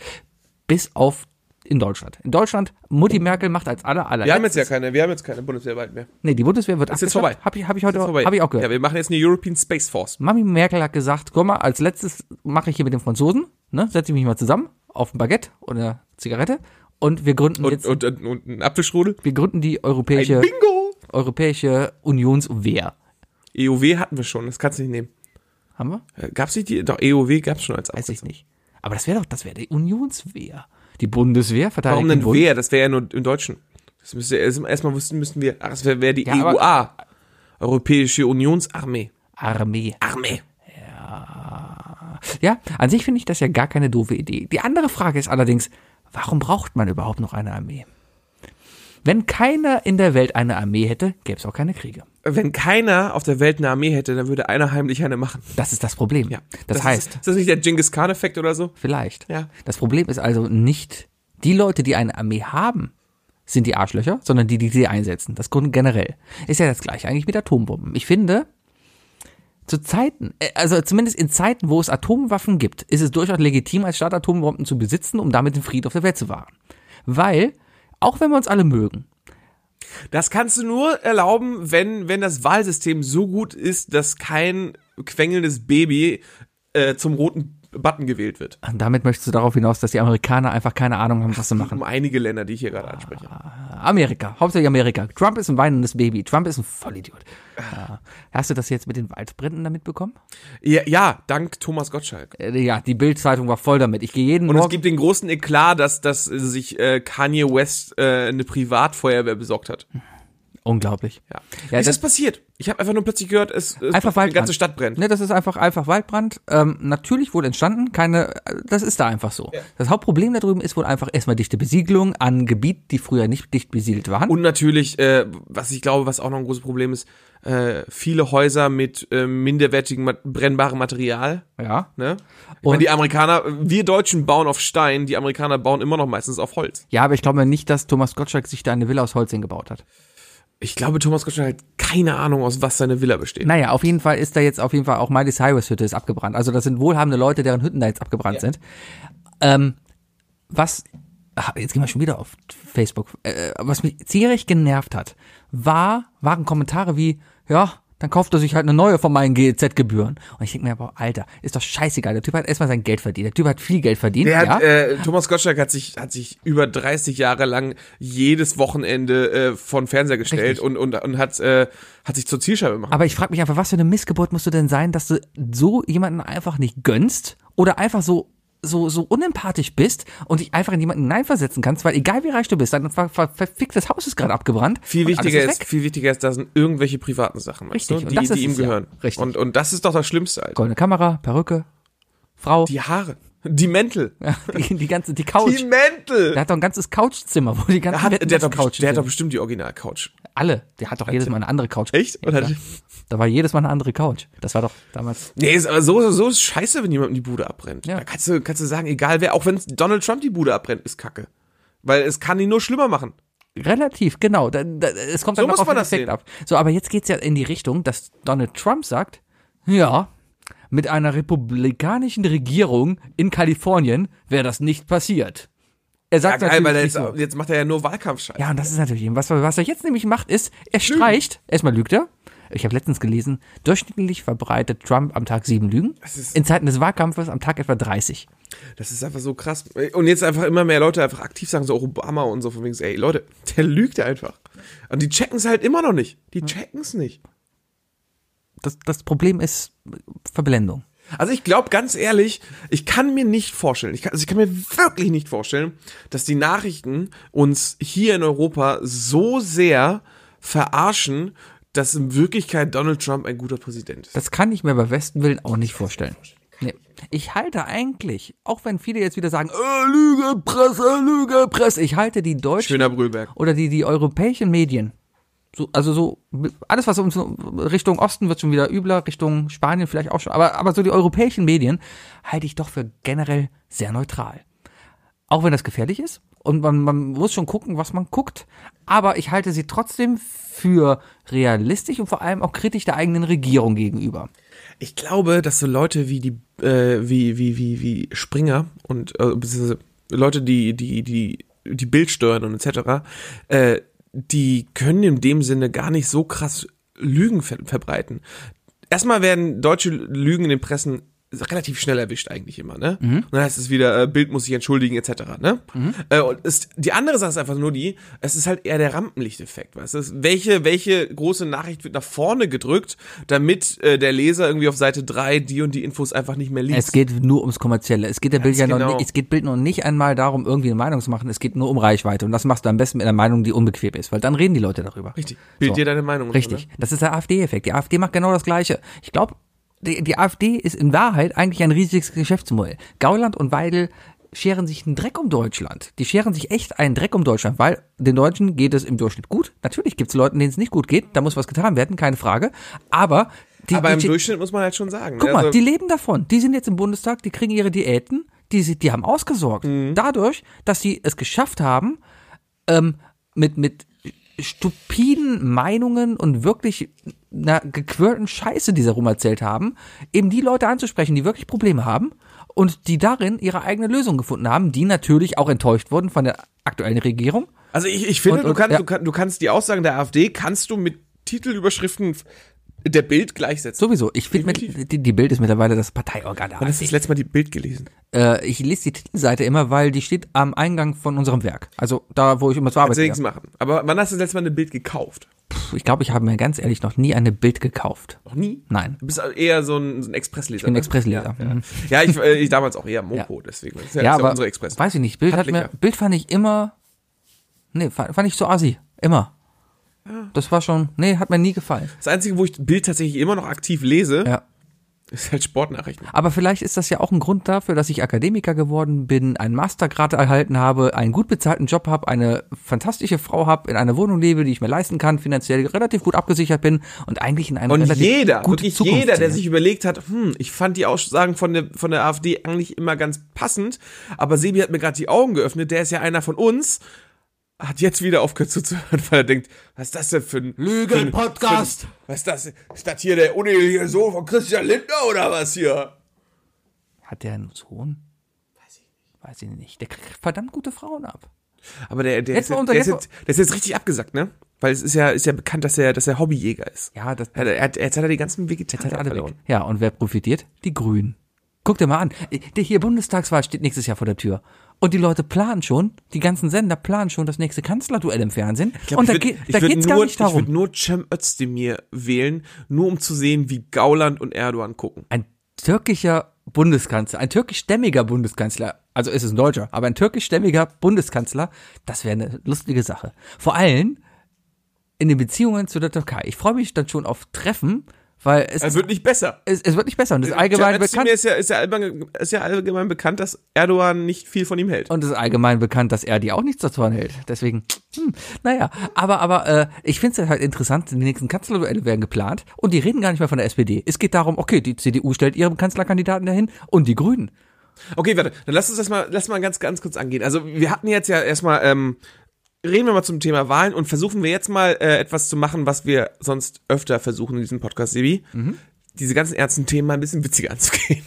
A: bis auf in Deutschland. In Deutschland, Mutti Merkel macht als aller aller.
B: Wir haben jetzt ja keine, wir haben jetzt keine Bundeswehr bald mehr.
A: nee, die Bundeswehr wird
B: jetzt
A: abgeschafft.
B: vorbei.
A: Hab ich, hab ich heute
B: Vorbei.
A: hab ich auch gehört.
B: Ja, wir machen jetzt eine European Space Force.
A: Mami Merkel hat gesagt, komm mal, als letztes mache ich hier mit dem Franzosen, ne, setze ich mich mal zusammen auf ein Baguette oder eine Zigarette und wir gründen
B: Und,
A: jetzt
B: und, und, und ein Apfelstrudel.
A: wir gründen die
B: Ein
A: europäische
B: Bingo!
A: europäische Unionswehr.
B: EOW E hatten wir schon, das kannst du nicht nehmen.
A: Haben wir?
B: Äh, Gab's nicht die? Doch, EOW gab's schon als
A: Weiß ich
B: Abkürzung.
A: nicht. Aber das wäre doch, das wäre die Unionswehr. Die Bundeswehr verteidigt
B: Warum
A: den
B: denn
A: Bund.
B: wer? Das wäre ja nur im Deutschen. Das müsste erstmal wussten müssten wir. Ach, das wäre wär die
A: Ja, aber-
B: EUA. Europäische Unionsarmee.
A: Armee.
B: Armee.
A: Ja, an sich finde ich das ja gar keine doofe Idee. Die andere Frage ist allerdings, warum braucht man überhaupt noch eine Armee? Wenn keiner in der Welt eine Armee hätte, gäbe es auch keine Kriege.
B: Wenn keiner auf der Welt eine Armee hätte, dann würde einer heimlich eine machen.
A: Das ist das Problem.
B: Ja.
A: das, heißt,
B: Ist, ist das nicht der Genghis Khan-Effekt oder so?
A: vielleicht.
B: Ja.
A: Das Problem ist also nicht, die Leute, die eine Armee haben, sind die Arschlöcher, sondern die, die sie einsetzen. Das Grund generell. Ist ja das gleiche eigentlich mit Atombomben. Ich finde, zu Zeiten, äh, also zumindest in Zeiten, wo es Atomwaffen gibt, ist es durchaus legitim, als Staat Atombomben zu besitzen, um damit den Frieden auf der Welt zu wahren. Weil, auch wenn wir uns alle mögen,
B: Das kannst du nur erlauben, wenn, wenn das Wahlsystem so gut ist, dass kein quengelndes Baby äh, zum roten Button gewählt wird.
A: und damit möchtest du darauf hinaus, dass die Amerikaner einfach keine Ahnung haben, was sie machen.
B: Um einige Länder, die ich hier gerade anspreche.
A: Amerika, hauptsächlich Amerika. Trump ist ein weinendes Baby. Trump ist ein Vollidiot.
B: Ah.
A: Ja. Hast du das jetzt mit den Waldbränden damit bekommen?
B: Ja, ja, dank Thomas Gottschalk.
A: Äh, Ja, die Bild-Zeitung war voll damit. Ich gehe jeden
B: Und es
A: Morgen.
B: gibt den großen Eklat, dass, dass sich äh, Kanye West äh, eine Privatfeuerwehr besorgt hat.
A: Unglaublich.
B: Ja.
A: Hm. Ja,
B: Wie
A: das-
B: ist das passiert? Ich habe einfach nur plötzlich gehört, es, es
A: Einfach
B: die
A: Waldbrand.
B: ganze Stadt brennt.
A: Ne, das ist einfach einfach Waldbrand. Ähm, natürlich wohl entstanden. Keine, äh, das ist da einfach so. Das Hauptproblem da drüben ist wohl einfach erstmal dichte Besiegelung an Gebieten, die früher nicht dicht besiedelt waren.
B: Und natürlich, äh, was ich glaube, was auch noch ein großes Problem ist, äh, viele Häuser mit äh, minderwertigem ma brennbarem Material.
A: ja.
B: Ne? Ich meine,
A: Und-
B: die Amerikaner, wir Deutschen bauen auf Stein, die Amerikaner bauen immer noch meistens auf Holz.
A: Ja, aber ich glaube nicht, dass Thomas Gottschalk sich da eine Villa aus Holz hingebaut hat.
B: Ich glaube, Thomas Gottschalk hat keine Ahnung, aus was seine Villa besteht.
A: Naja, auf jeden Fall ist da jetzt auf jeden Fall auch Miley Cyrus Hütte ist abgebrannt. Also das sind wohlhabende Leute, deren Hütten da jetzt abgebrannt
B: Ja.
A: sind. Ähm, was, ach, jetzt gehen wir schon wieder auf Facebook, äh, was mich zierig genervt hat, war, waren Kommentare wie, ja, dann kauft er sich halt eine neue von meinen GEZ-Gebühren. Und ich denke mir, boah, Alter, ist doch scheißegal. Der Typ hat erstmal sein Geld verdient. Der Typ hat viel Geld verdient.
B: Der
A: ja.
B: hat, äh, Thomas Gottschalk hat sich, hat sich über 30 Jahre lang jedes Wochenende äh, von Fernseher gestellt
A: Richtig.
B: und, und, und hat, äh, hat sich zur Zielscheibe gemacht.
A: Aber ich frage mich einfach, was für eine Missgeburt musst du denn sein, dass du so jemanden einfach nicht gönnst oder einfach so so so unempathisch bist und dich einfach in jemanden hineinversetzen kannst, weil egal wie reich du bist, dein ver ver verficktes Haus ist gerade abgebrannt.
B: Viel
A: und alles
B: wichtiger ist,
A: weg.
B: viel wichtiger ist, da sind irgendwelche privaten Sachen, weißt
A: Richtig,
B: du,
A: und
B: die,
A: das ist
B: die ihm
A: es ja.
B: gehören.
A: Richtig.
B: Und, und das ist doch das Schlimmste, Alter.
A: goldene Kamera, Perücke, Frau, die,
B: Die Haare. Die Mäntel.
A: die, ganze die Couch.
B: Die Mäntel!
A: der hat doch ein ganzes Couchzimmer, wo die ganzen
B: Hat,
A: Betten-
B: der, hat doch,
A: Couch
B: best- der hat doch
A: sind.
B: bestimmt die Original-Couch.
A: alle. Der hat doch jedes Mal eine andere Couch.
B: Echt?
A: Ja,
B: Oder-
A: klar. da war jedes Mal eine andere Couch. Das war doch damals.
B: Nee, ist, aber so, so ist scheiße, wenn jemand die Bude abbrennt.
A: Ja.
B: Da kannst du, kannst du sagen, egal wer, auch wenn Donald Trump die Bude abbrennt, ist Kacke. Weil es kann ihn nur schlimmer machen.
A: Relativ, genau. Da, da, es kommt
B: So
A: dann noch
B: muss
A: auf
B: man
A: den
B: das
A: Effekt
B: sehen.
A: ab. So, aber jetzt geht's ja in die Richtung, dass Donald Trump sagt, ja, mit einer republikanischen Regierung in Kalifornien wäre das nicht passiert. Er
B: Ja,
A: sagt
B: geil, weil er
A: natürlich
B: jetzt,
A: nicht so.
B: jetzt macht er ja nur Wahlkampfscheiß.
A: Ja, und das ist natürlich eben, was, was er jetzt nämlich macht, ist, er streicht, erstmal lügt er. Ich habe letztens gelesen, durchschnittlich verbreitet Trump am Tag sieben Lügen.
B: ist-
A: In Zeiten des Wahlkampfes am Tag etwa 30.
B: Das ist einfach so krass. Und jetzt einfach immer mehr Leute einfach aktiv sagen, so Obama und so von wegen, so, ey Leute, der lügt einfach. Und die checken es halt immer noch nicht. Die checken es nicht.
A: Das, das Problem ist Verblendung.
B: Also ich glaube ganz ehrlich, ich kann mir nicht vorstellen, ich kann, also ich kann mir wirklich nicht vorstellen, dass die Nachrichten uns hier in Europa so sehr verarschen, dass in Wirklichkeit Donald Trump ein guter Präsident ist.
A: Das kann ich mir bei besten Willen auch nicht vorstellen. Nee. Ich halte eigentlich, auch wenn viele jetzt wieder sagen, äh, Lüge, Presse, Lüge, Presse, ich halte die deutschen
B: Schöner Brühlberg.
A: oder die, die europäischen Medien, so, also so, alles was uns Richtung Osten wird schon wieder übler, Richtung Spanien vielleicht auch schon, aber, aber so die europäischen Medien halte ich doch für generell sehr neutral. Auch wenn das gefährlich ist und man, man muss schon gucken, was man guckt, aber ich halte sie trotzdem für realistisch und vor allem auch kritisch der eigenen Regierung gegenüber.
B: Ich glaube, dass so Leute wie die, äh, wie, wie, wie, wie Springer und äh, beziehungsweise Leute, die, die, die, die Bild steuern und etc., äh, die können in dem Sinne gar nicht so krass Lügen ver verbreiten. Erstmal werden deutsche Lügen in den Pressen relativ schnell erwischt eigentlich immer, ne?
A: Mhm.
B: Und dann heißt es wieder, äh, Bild muss sich entschuldigen, etc., ne? Äh, und ist, die andere Sache ist einfach nur die, es ist halt eher der Rampenlichteffekt, weißt du? Es ist, Welche, welche große Nachricht wird nach vorne gedrückt, damit äh, der Leser irgendwie auf Seite 3 die und die Infos einfach nicht mehr liest?
A: Es geht nur ums Kommerzielle. Es geht der Bild ja noch
B: genau.
A: nicht, es geht Bild noch nicht einmal darum, irgendwie eine Meinung zu machen. Es geht nur um Reichweite. Und das machst du am besten mit einer Meinung, die unbequem ist, weil dann reden die Leute darüber.
B: Richtig. Bild dir deine Meinung.
A: Richtig. Das ist der AfD-Effekt. Die AfD macht genau das Gleiche. Ich glaube, die, die AfD ist in Wahrheit eigentlich ein riesiges Geschäftsmodell. Gauland und Weidel scheren sich einen Dreck um Deutschland. Die scheren sich echt einen Dreck um Deutschland, weil den Deutschen geht es im Durchschnitt gut. Natürlich gibt es Leute, denen es nicht gut geht. Da muss was getan werden, keine Frage. Aber die,
B: Aber
A: die
B: im
A: sche-
B: Durchschnitt muss man halt schon sagen.
A: Guck
B: ne?
A: mal,
B: Also-
A: die leben davon. Die sind jetzt im Bundestag, die kriegen ihre Diäten, die, sie- die haben ausgesorgt.
B: Mhm.
A: Dadurch, dass sie es geschafft haben, ähm, mit, mit stupiden Meinungen und wirklich einer gequirlten Scheiße, die sie rumerzählt haben, eben die Leute anzusprechen, die wirklich Probleme haben und die darin ihre eigene Lösung gefunden haben, die natürlich auch enttäuscht wurden von der aktuellen Regierung.
B: Also ich, ich finde,
A: Und-
B: du,
A: und-
B: kannst,
A: ja.
B: du, kannst, du kannst die Aussagen der AfD, kannst du mit Titelüberschriften der Bild gleichsetzen.
A: Sowieso, ich finde,
B: Definitiv.
A: die, die Bild ist mittlerweile das Parteiorgan. der
B: Wann hast
A: AfD.
B: du das letzte Mal die Bild gelesen?
A: Äh, ich lese die Titelseite immer, weil die steht am Eingang von unserem Werk. Also da, wo ich immer zur Arbeit
B: Kannst du
A: gehe.
B: nichts machen. Aber wann hast du das letzte Mal ein Bild gekauft?
A: Puh, Ich glaube, ich habe mir ganz ehrlich noch nie eine Bild gekauft.
B: Noch nie?
A: Nein.
B: Du bist also eher so ein, so ein Expressleser. Ich
A: bin Expressleser.
B: Ja, ja.
A: Mhm.
B: ja ich, äh, ich damals auch eher Mopo,
A: Ja.
B: deswegen. Das ist
A: Ja,
B: das ist
A: aber
B: unsere Express.
A: weiß ich nicht. Bild hat mir
B: Hattlicher.
A: Bild fand ich immer nee, fand, fand ich so assi, immer. Das war schon nee, hat mir nie gefallen.
B: Das Einzige, wo ich Bild tatsächlich immer noch aktiv lese,
A: Ja.
B: ist halt Sportnachrichten.
A: Aber vielleicht ist das ja auch ein Grund dafür, dass ich Akademiker geworden bin, einen Mastergrad erhalten habe, einen gut bezahlten Job habe, eine fantastische Frau habe, in einer Wohnung lebe, die ich mir leisten kann, finanziell relativ gut abgesichert bin und eigentlich in einer
B: Und
A: relativ
B: jeder,
A: gute
B: wirklich
A: Zukunft
B: jeder, der
A: sehe.
B: sich überlegt hat, hm, ich fand die Aussagen von der, von der AfD eigentlich immer ganz passend, aber Sebi hat mir gerade die Augen geöffnet, der ist ja einer von uns. hat jetzt wieder aufgehört zuzuhören, weil er denkt, was ist das denn für ein
A: Lügen-
B: für ein-
A: Podcast.
B: für ein- Was ist das? Ist das hier der uneheliche Sohn von Christian Lindner oder was hier?
A: Hat der einen Sohn? Weiß ich nicht. Der kriegt verdammt gute Frauen ab.
B: Aber der, der,
A: Jetzt
B: ist,
A: mal
B: jetzt,
A: unter-
B: der, ist,
A: jetzt
B: jetzt, der ist jetzt richtig abgesackt, ne? Weil es ist ja, ist ja bekannt, dass er, dass er Hobbyjäger ist.
A: Ja, das
B: Er, er, hat- jetzt hat er die ganzen
A: hat
B: Vegetarier
A: alle weg.
B: verloren.
A: Ja, und wer profitiert? Die Grünen. Guck dir mal an. Der hier Bundestagswahl steht nächstes Jahr vor der Tür. Und die Leute planen schon, die ganzen Sender planen schon das nächste Kanzlerduell im Fernsehen.
B: Ich glaub,
A: und da,
B: ich würd-
A: geht,
B: ich
A: da
B: würd
A: geht's
B: nur,
A: gar nicht
B: Ich würde
A: darum.
B: nur Cem Özdemir wählen, nur um zu sehen, wie Gauland und Erdogan gucken.
A: Ein türkischer Bundeskanzler, ein türkischstämmiger Bundeskanzler, also ist es ein Deutscher, aber ein türkischstämmiger Bundeskanzler, das wäre eine lustige Sache. Vor allem in den Beziehungen zu der Türkei. Ich freue mich dann schon auf Treffen, weil es,
B: Er wird nicht besser.
A: es, es wird nicht besser und
B: Äh,
A: es ist allgemein
B: Cem Özdemir
A: bekannt.
B: Ist ja, ist, ja allgemein, ist ja allgemein bekannt, dass Erdogan nicht viel von ihm hält.
A: Und es ist allgemein bekannt, dass er die auch nichts dazu anhält. Deswegen, hm, naja. Aber, aber äh, ich finde es halt interessant, die nächsten Kanzlerduelle werden geplant und die reden gar nicht mehr von der SPD. Es geht darum, okay, die CDU stellt ihren Kanzlerkandidaten dahin und die Grünen.
B: Okay, warte, dann lass uns das mal, lass mal ganz, ganz kurz angehen. Also wir hatten jetzt ja erstmal, ähm, reden wir mal zum Thema Wahlen und versuchen wir jetzt mal äh, etwas zu machen, was wir sonst öfter versuchen in diesem Podcast, Sebi. Diese ganzen ernsten Themen mal ein bisschen witziger anzugehen.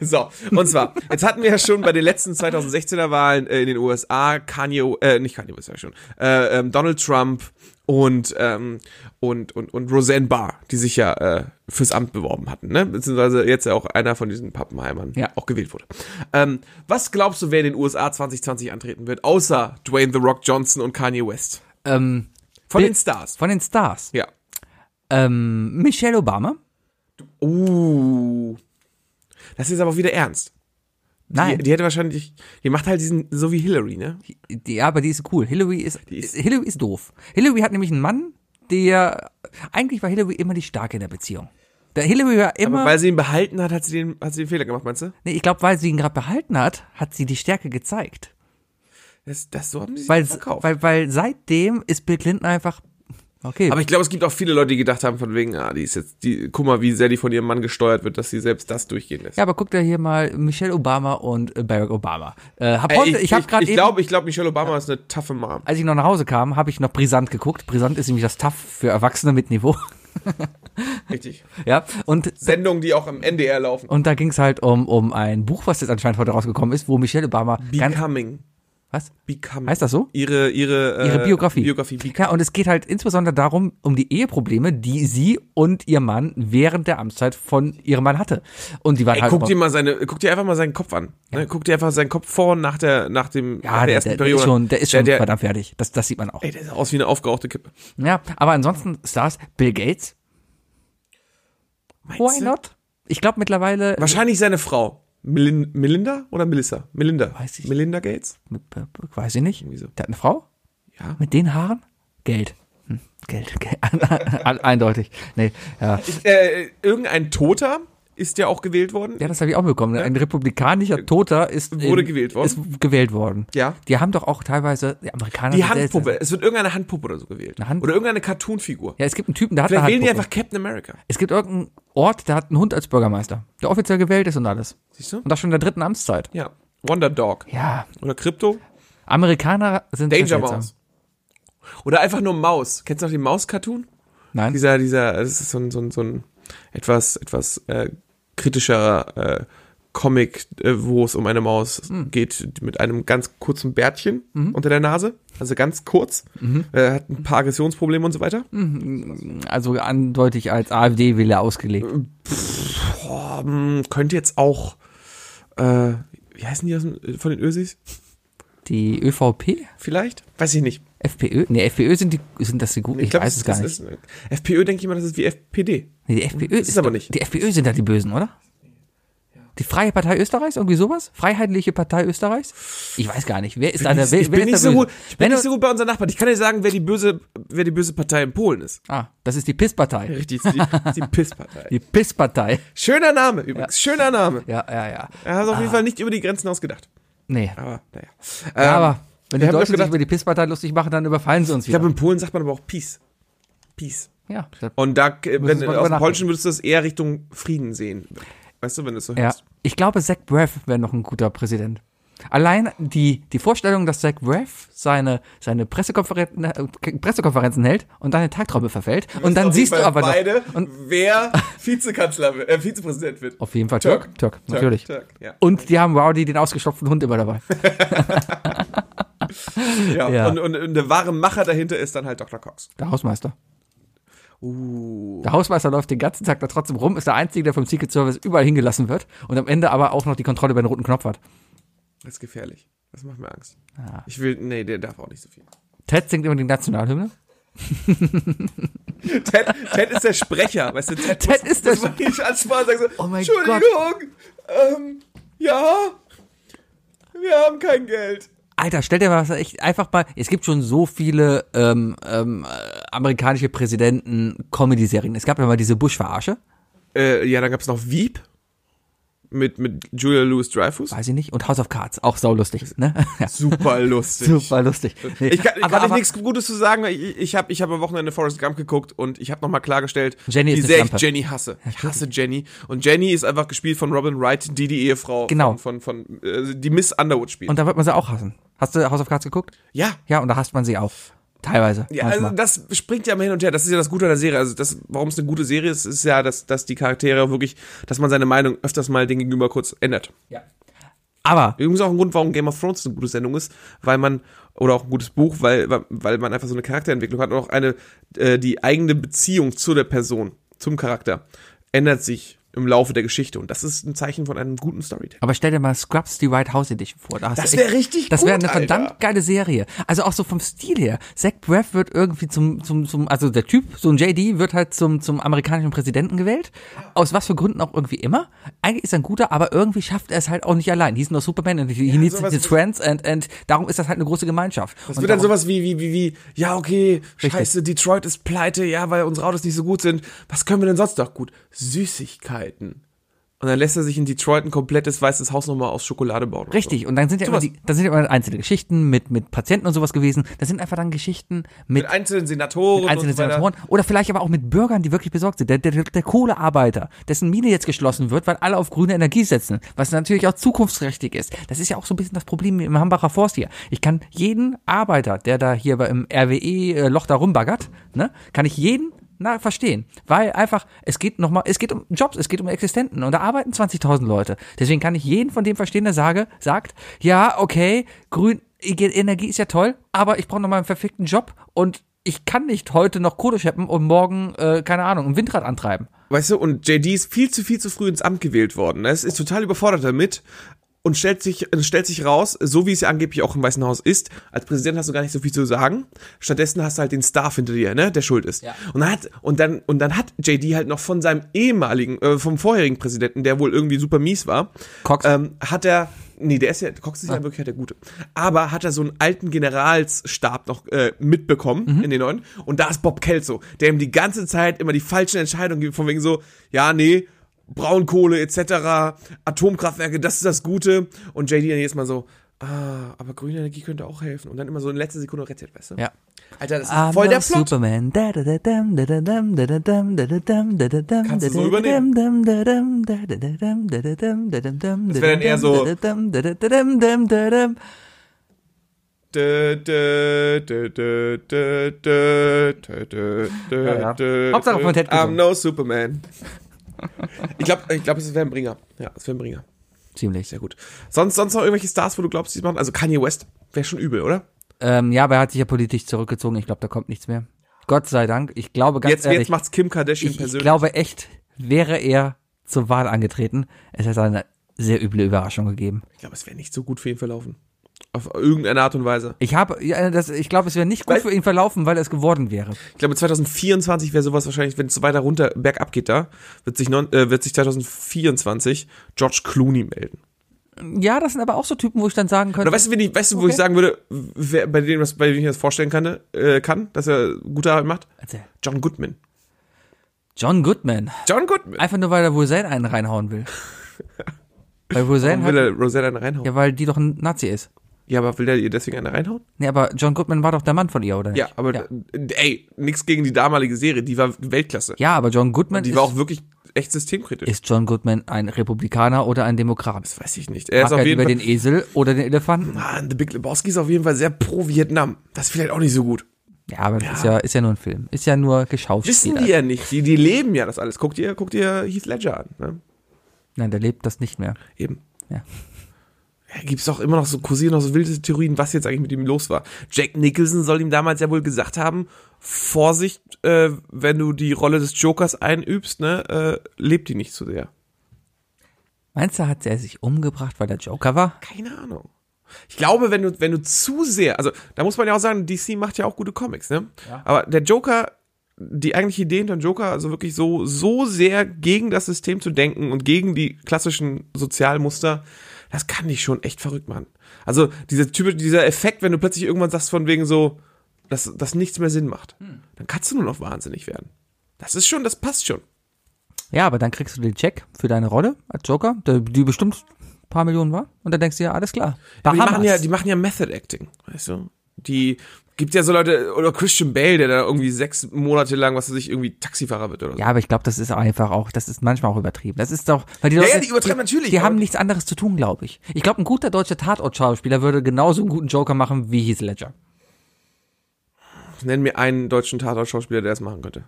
B: so, und zwar, jetzt hatten wir ja schon bei den letzten 2016er Wahlen äh, in den USA Kanye, äh, nicht Kanye, West, sag ich schon, äh, ähm, Donald Trump und, ähm, und, und, und Roseanne Barr, die sich ja äh, fürs Amt beworben hatten, ne? Beziehungsweise jetzt ja auch einer von diesen Pappenheimern
A: Ja.
B: auch gewählt wurde. Ähm, was glaubst du, wer in den USA 2020 antreten wird, außer Dwayne The Rock Johnson und Kanye West?
A: Ähm,
B: Von
A: Bi-
B: den Stars.
A: von den Stars.
B: Ja.
A: Ähm, Michelle Obama?
B: Uh. Das ist aber auch wieder ernst. Die,
A: Nein.
B: die hätte wahrscheinlich, die macht halt diesen, so wie Hillary, ne?
A: Die, ja, aber die ist cool. Hillary ist,
B: ist-
A: Hillary ist doof. Hillary hat nämlich einen Mann, der eigentlich war Hillary immer die Starke in der Beziehung. Der Hillary war immer,
B: Aber weil sie ihn behalten hat, hat sie den, hat sie den Fehler gemacht, meinst du?
A: nee, ich glaube, weil sie ihn gerade behalten hat, hat sie die Stärke gezeigt.
B: Das, das, so haben sie sich
A: Weil,
B: verkauft.
A: weil, weil seitdem ist Bill Clinton einfach, okay,
B: aber ich glaube, es gibt auch viele Leute, die gedacht haben, von wegen, ah, die ist jetzt, die, guck mal, wie sehr die von ihrem Mann gesteuert wird, dass sie selbst das durchgehen lässt.
A: ja, aber guck dir hier mal Michelle Obama und äh, Barack Obama. Äh, hab heute, ich, hab habe gerade
B: ich
A: eben,
B: glaube, ich glaube, Michelle Obama ist eine taffe Mom.
A: als ich noch nach Hause kam, habe ich noch Brisant geguckt. Brisant ist nämlich das Tough für Erwachsene mit Niveau.
B: Richtig.
A: ja, und
B: Sendungen, die auch am NDR laufen.
A: Und da ging es halt um, um ein Buch, was jetzt anscheinend heute rausgekommen ist, wo Michelle Obama ganz,
B: Becoming.
A: was?
B: Becoming.
A: Heißt das so?
B: Ihre, ihre, äh,
A: Ihre Biografie.
B: Biografie. Be
A: Ja, und es geht halt insbesondere darum, um die Eheprobleme, die sie und ihr Mann während der Amtszeit von ihrem Mann hatte. Und die waren halt.
B: guck dir
A: immer-
B: mal seine, guck dir einfach mal seinen Kopf an. Ne? Guck dir einfach seinen Kopf vor und nach der, nach dem, nach
A: ja, Ah, der, der, der ist schon, der ist schon
B: der, der,
A: verdammt fertig. Das, das sieht man auch.
B: ey, der sah aus wie eine aufgerauchte Kippe.
A: Ja, aber ansonsten Stars, Bill Gates,
B: Meinst
A: why
B: du?
A: not? Ich glaube mittlerweile.
B: Wahrscheinlich seine Frau. Melin Melinda oder Melissa? Melinda.
A: Weiß ich
B: Melinda Gates?
A: äh, Weiß ich nicht.
B: Irgendwie so.
A: Der hat eine Frau?
B: Ja.
A: Mit den Haaren? Geld. Hm, Geld, Geld. Eindeutig. Nee, ja.
B: Äh, irgendein Toter ist ja auch gewählt worden.
A: Ja, das habe ich auch bekommen. Ein republikanischer Toter ist
B: Wurde gewählt worden?
A: Ist gewählt worden.
B: Ja.
A: Die haben doch auch teilweise die Amerikaner.
B: Die
A: sind seltsam.
B: Handpuppe. Es wird irgendeine Handpuppe oder so gewählt.
A: Eine Hand-
B: oder irgendeine Cartoonfigur.
A: Ja, es gibt einen Typen, der hat
B: Vielleicht
A: eine
B: wählen die
A: Handpuppe.
B: einfach Captain America.
A: es gibt irgendeinen Ort, der hat einen Hund als Bürgermeister, der offiziell gewählt ist und alles.
B: Siehst du?
A: Und das schon in der dritten Amtszeit.
B: Ja. Wonder Dog.
A: Ja,
B: Oder Krypto.
A: Amerikaner sind sehr
B: Danger
A: seltsam.
B: Mouse. Oder einfach nur Maus. Kennst du noch den Maus-Cartoon?
A: Nein.
B: Dieser, dieser, das ist so ein, so ein, so ein etwas, etwas äh, kritischerer äh, Comic, äh, wo es um eine Maus
A: Hm.
B: geht, die mit einem ganz kurzen Bärtchen
A: Mhm.
B: unter der Nase. Also ganz kurz. Äh, hat ein paar Aggressionsprobleme und so weiter.
A: Hm. also andeutig als AfD-Wähler ausgelegt.
B: Äh, Boah, mh, könnte jetzt auch, äh, wie heißen die aus dem, von den Ösis?
A: Die ÖVP?
B: Vielleicht? Weiß ich nicht.
A: FPÖ? Nee, FPÖ sind die, sind das die guten? Ich,
B: glaub,
A: weiß es gar
B: das
A: nicht.
B: Ist, FPÖ denke ich mal, das ist wie FPD.
A: Nee, die FPÖ
B: Das ist aber
A: doch-
B: nicht.
A: Die FPÖ sind da die Bösen, oder? Die Freie Partei Österreichs, irgendwie sowas? Freiheitliche Partei Österreichs? Ich weiß gar nicht. Wer ist da der wer,
B: ich
A: wer
B: bin,
A: ist
B: nicht
A: der
B: so,
A: Böse?
B: gut, ich bin
A: Wenn
B: nicht
A: du-
B: so gut bei unseren Nachbarn. Ich kann dir sagen, wer die böse, wer die böse Partei in Polen ist.
A: Ah, das ist die Pisspartei.
B: Richtig, die, die Pisspartei.
A: Die Pisspartei.
B: Schöner Name übrigens, schöner Name.
A: Ja, ja, ja.
B: Er hat auf jeden Fall nicht über die Grenzen ausgedacht.
A: Nee.
B: Aber naja.
A: Ja,
B: Ähm,
A: aber wenn die
B: wir haben doch
A: Deutschen sich
B: gedacht-
A: über die Pisspartei lustig machen, dann überfallen sie uns
B: ich
A: wieder.
B: glaube, in Polen sagt man aber auch Peace. Peace.
A: ja, da-
B: Und da, äh, wenn
A: wir mal
B: aus
A: drüber
B: dem Polnischen würdest du das eher Richtung Frieden sehen. Weißt du, wenn du es so
A: ja.
B: hörst.
A: Ich glaube, Zach Braff wäre noch ein guter Präsident. Allein die, die Vorstellung, dass Zach Braff seine, seine Pressekonferenzen, äh, Pressekonferenzen hält und dann in Tagtraube verfällt und dann siehst du aber noch.
B: beide,
A: Und
B: wer Vizekanzler wird, äh, Vizepräsident wird.
A: auf jeden Fall Türk, Türk, natürlich.
B: Türk, ja.
A: Und die haben Rowdy den ausgestopften Hund immer dabei.
B: Ja.
A: Ja.
B: Und, und, und der wahre Macher dahinter ist dann halt Dr. Cox.
A: Der Hausmeister.
B: Uh.
A: Der Hausmeister läuft den ganzen Tag da trotzdem rum, ist der Einzige, der vom Secret Service überall hingelassen wird und am Ende aber auch noch die Kontrolle über den roten Knopf hat.
B: Das ist gefährlich. Das macht mir Angst. Ich will, nee, der darf auch nicht so viel.
A: Ted singt immer die Nationalhymne.
B: Ted, Ted ist der Sprecher, weißt du, Ted,
A: Ted ist der
B: muss man nicht ansprechen und sagen so,
A: Oh mein
B: Entschuldigung, ähm, ja, wir haben kein Geld.
A: Alter, stell dir mal was echt einfach mal. Es gibt schon so viele ähm, ähm, äh, amerikanische Präsidenten-Comedy-Serien. Es gab ja mal diese Bush-Verarsche,
B: Äh, ja, dann gab's noch Wieb mit, mit Julia Louis-Dreyfus.
A: weiß ich nicht, und House of Cards, auch saulustig, ne? Ja,
B: Super lustig.
A: Super lustig. Nee,
B: Ich kann,
A: aber-
B: kann ich
A: aber-
B: nichts Gutes zu sagen, weil ich, ich habe ich hab am Wochenende Forrest Gump geguckt und ich habe nochmal klargestellt,
A: Jenny
B: wie
A: ist eine
B: sehr ich
A: Schlampe.
B: Jenny hasse. Ich hasse Jenny. Und Jenny ist einfach gespielt von Robin Wright, die die Ehefrau
A: Genau.
B: von, von, von äh, die Miss Underwood spielt.
A: Und da wird man sie auch hassen. Hast du House of Cards geguckt?
B: ja.
A: Ja, und da hasst man sie auch. Teilweise.
B: Ja,
A: manchmal.
B: also das springt ja immer hin und her. Das ist ja das Gute an der Serie. Also das, warum es eine gute Serie ist, ist ja, dass, dass die Charaktere wirklich, dass man seine Meinung öfters mal den gegenüber kurz ändert.
A: ja. Aber
B: Übrigens auch ein Grund, warum Game of Thrones eine gute Sendung ist, weil man, oder auch ein gutes Buch, weil, weil- weil man einfach so eine Charakterentwicklung hat und auch eine, äh, die eigene Beziehung zu der Person, zum Charakter, ändert sich im Laufe der Geschichte. Und das ist ein Zeichen von einem guten Storytelling.
A: Aber stell dir mal Scrubs die White House Edition vor. Da hast
B: Das
A: du
B: wär
A: echt-
B: richtig
A: Das
B: gut,
A: wäre eine verdammt
B: Alter.
A: geile Serie. Also auch so vom Stil her. Zach Braff wird irgendwie zum, zum, zum, also der Typ, so ein JD, wird halt zum, zum amerikanischen Präsidenten gewählt. Aus was für Gründen auch irgendwie immer. Eigentlich ist er ein guter, aber irgendwie schafft er es halt auch nicht allein. He's no Superman and he needs
B: sowas-
A: his friends and, and darum ist das halt eine große Gemeinschaft.
B: Es wird dann sowas wie, wie, wie, wie, ja, okay,
A: Richtig.
B: scheiße, Detroit ist pleite, ja, weil unsere Autos nicht so gut sind. Was können wir denn sonst noch gut? Süßigkeiten. Und dann lässt er sich in Detroit ein komplettes weißes Haus nochmal aus Schokolade bauen. oder
A: Richtig, und dann sind ja immer,
B: Sowas.
A: die, dann sind ja immer einzelne Geschichten mit, mit Patienten und sowas gewesen. Das sind einfach dann Geschichten mit
B: So. Mit einzelnen Senatoren.
A: einzelne
B: und so weiter.
A: Senatoren oder vielleicht aber auch mit Bürgern, die wirklich besorgt sind. Der, der, der Kohlearbeiter, dessen Mine jetzt geschlossen wird, weil alle auf grüne Energie setzen, was natürlich auch zukunftsträchtig ist. Das ist ja auch so ein bisschen das Problem im Hambacher Forst hier. Ich kann jeden Arbeiter, der da hier bei- im RWE-Loch äh, da rumbaggert, ne, kann ich jeden na, verstehen, weil einfach, es geht nochmal, es geht um Jobs, es geht um Existenten und da arbeiten 20.000 Leute. Deswegen kann ich jeden von dem verstehen, der sage, sagt, ja, okay, grün, Energie ist ja toll, aber ich brauche nochmal einen verfickten Job und ich kann nicht heute noch Kohle scheppen und morgen, äh, keine Ahnung, ein Windrad antreiben.
B: Weißt du, und JD ist viel zu viel zu früh ins Amt gewählt worden. Er ist, ist total überfordert damit und stellt sich, äh, stellt sich raus, so wie es ja angeblich auch im Weißen Haus ist, als Präsident hast du gar nicht so viel zu sagen. Stattdessen hast du halt den Staff hinter dir, ne, der schuld ist.
A: Ja.
B: Und dann hat, und dann, und dann hat JD halt noch von seinem ehemaligen, äh, vom vorherigen Präsidenten, der wohl irgendwie super mies war,
A: Cox.
B: ähm, hat er, nee, der ist ja, Cox ist ja wirklich halt der Gute, aber hat er so einen alten Generalsstab noch äh, mitbekommen in den neuen und da ist Bob Kelso, der ihm die ganze Zeit immer die falschen Entscheidungen gibt, von wegen so, ja, nee, Braunkohle etc., Atomkraftwerke, das ist das Gute und JD dann jedes Mal so, ah, aber grüne Energie könnte auch helfen und dann immer so in letzter Sekunde rettet, weißt du?
A: Ja.
B: Alter, Ah, ne, das ist voll der Plot.
A: Ah, Superman. Kannst
B: Kannst du so übernehmen?
A: Das
B: wär dann eher so- Dö, dö, dö, dö, dö, dö, dö, dö, dö,
A: Ja, ja.
B: dö,
A: Hauptsache von Ted
B: I'm
A: gesungen.
B: no Superman. Ich glaube, ich glaub, es wäre ein Bringer. Ja, es wäre ein Bringer.
A: Ziemlich.
B: Sehr gut. Sonst, sonst noch irgendwelche Stars, wo du glaubst, die machen? Also Kanye West wäre schon übel, oder?
A: Ähm, ja, aber er hat sich ja politisch zurückgezogen. Ich glaube, da kommt nichts mehr. Gott sei Dank. Ich glaube ganz
B: Jetzt,
A: ehrlich,
B: jetzt macht's Kim Kardashian
A: ich, ich
B: persönlich.
A: glaube echt, wäre er zur Wahl angetreten, es hätte eine sehr üble Überraschung gegeben.
B: ich glaube, es wäre nicht so gut für ihn verlaufen. Auf irgendeine Art und Weise.
A: Ich habe, ja, das, ich glaube, es wäre nicht gut
B: Weil-
A: für ihn verlaufen, weil er es geworden wäre.
B: Ich glaube, 2024 wäre sowas wahrscheinlich, wenn es so weiter runter bergab geht da, wird sich, non, äh, wird sich 2024 George Clooney melden.
A: Ja, das sind aber auch so Typen, wo ich dann sagen könnte,
B: Oder weißt du, wenn ich, weißt du wo
A: Okay.
B: ich sagen würde, wer, bei, dem, was, bei dem ich mir das vorstellen kann, äh, kann, dass er gute Arbeit macht?
A: Erzähl.
B: John Goodman.
A: John Goodman.
B: John Goodman.
A: Einfach nur, weil er Roseanne einen reinhauen will. weil Roseanne
B: Warum will
A: hat,
B: er Rosetta eine reinhauen? Ja.
A: ja, weil die doch ein Nazi ist.
B: aber will er ihr deswegen eine reinhauen?
A: Nee, aber John Goodman war doch der Mann von ihr, oder nicht?
B: Ja, aber
A: Ja,
B: äh, ey, nix gegen die damalige Serie, die war Weltklasse.
A: ja aber John Goodman
B: Die
A: ist,
B: war auch wirklich echt systemkritisch.
A: Ist John Goodman ein Republikaner oder ein Demokrat?
B: Weiß ich halt nicht. Er ist
A: Mag
B: auf
A: er
B: jeden
A: lieber
B: Fall.
A: den Esel oder den Elefanten?
B: Ah, The Big Lebowski ist auf jeden Fall sehr pro Vietnam. Das ist vielleicht auch nicht so gut.
A: Ja, aber Ist, ja, ist ja nur ein Film. Ist ja nur
B: Wissen
A: geschauspielt.
B: die ja nicht. Die, die leben ja das alles. Guckt ihr, guckt ihr Heath Ledger an. Ne?
A: Nein, der lebt das nicht mehr.
B: Eben.
A: Ja.
B: Ja, gibt's doch immer noch so, kursieren noch so wilde Theorien, was jetzt eigentlich mit ihm los war. Jack Nicholson soll ihm damals ja wohl gesagt haben, Vorsicht, äh, wenn du die Rolle des Jokers einübst, ne, äh, lebt die nicht zu sehr.
A: Meinst du, hat er sich umgebracht, weil der Joker war?
B: Keine Ahnung. Ich glaube, wenn du, wenn du zu sehr, also da muss man ja auch sagen, DC macht ja auch gute Comics, ne? Aber der Joker, die eigentliche Idee hinter dem Joker, also wirklich so, so sehr gegen das System zu denken und gegen die klassischen Sozialmuster, das kann dich schon echt verrückt machen. Also dieser typische, dieser Effekt, wenn du plötzlich irgendwann sagst von wegen so, dass, dass nichts mehr Sinn macht, dann kannst du nur noch wahnsinnig werden. Das ist schon, das passt schon.
A: Ja, aber dann kriegst du den Check für deine Rolle als Joker, der, die bestimmt ein paar Millionen war. Und dann denkst du ja, alles klar.
B: Aber die machen, ja,
A: Bahamas.
B: die machen ja Method Acting, weißt du? Die gibt ja so Leute, oder Christian Bale, der da irgendwie sechs Monate lang, was weiß ich, irgendwie Taxifahrer wird oder so.
A: Ja, aber ich glaube, das ist einfach auch, das ist manchmal auch übertrieben. Das ist doch, weil die
B: Ja,
A: Leute,
B: ja, die übertreiben natürlich,
A: Die
B: aber-
A: haben nichts anderes zu tun, glaube ich. Ich glaube, ein guter deutscher Tatort-Schauspieler würde genauso einen guten Joker machen wie Heath Ledger.
B: Nenn mir einen deutschen Tatort-Schauspieler, der das machen könnte.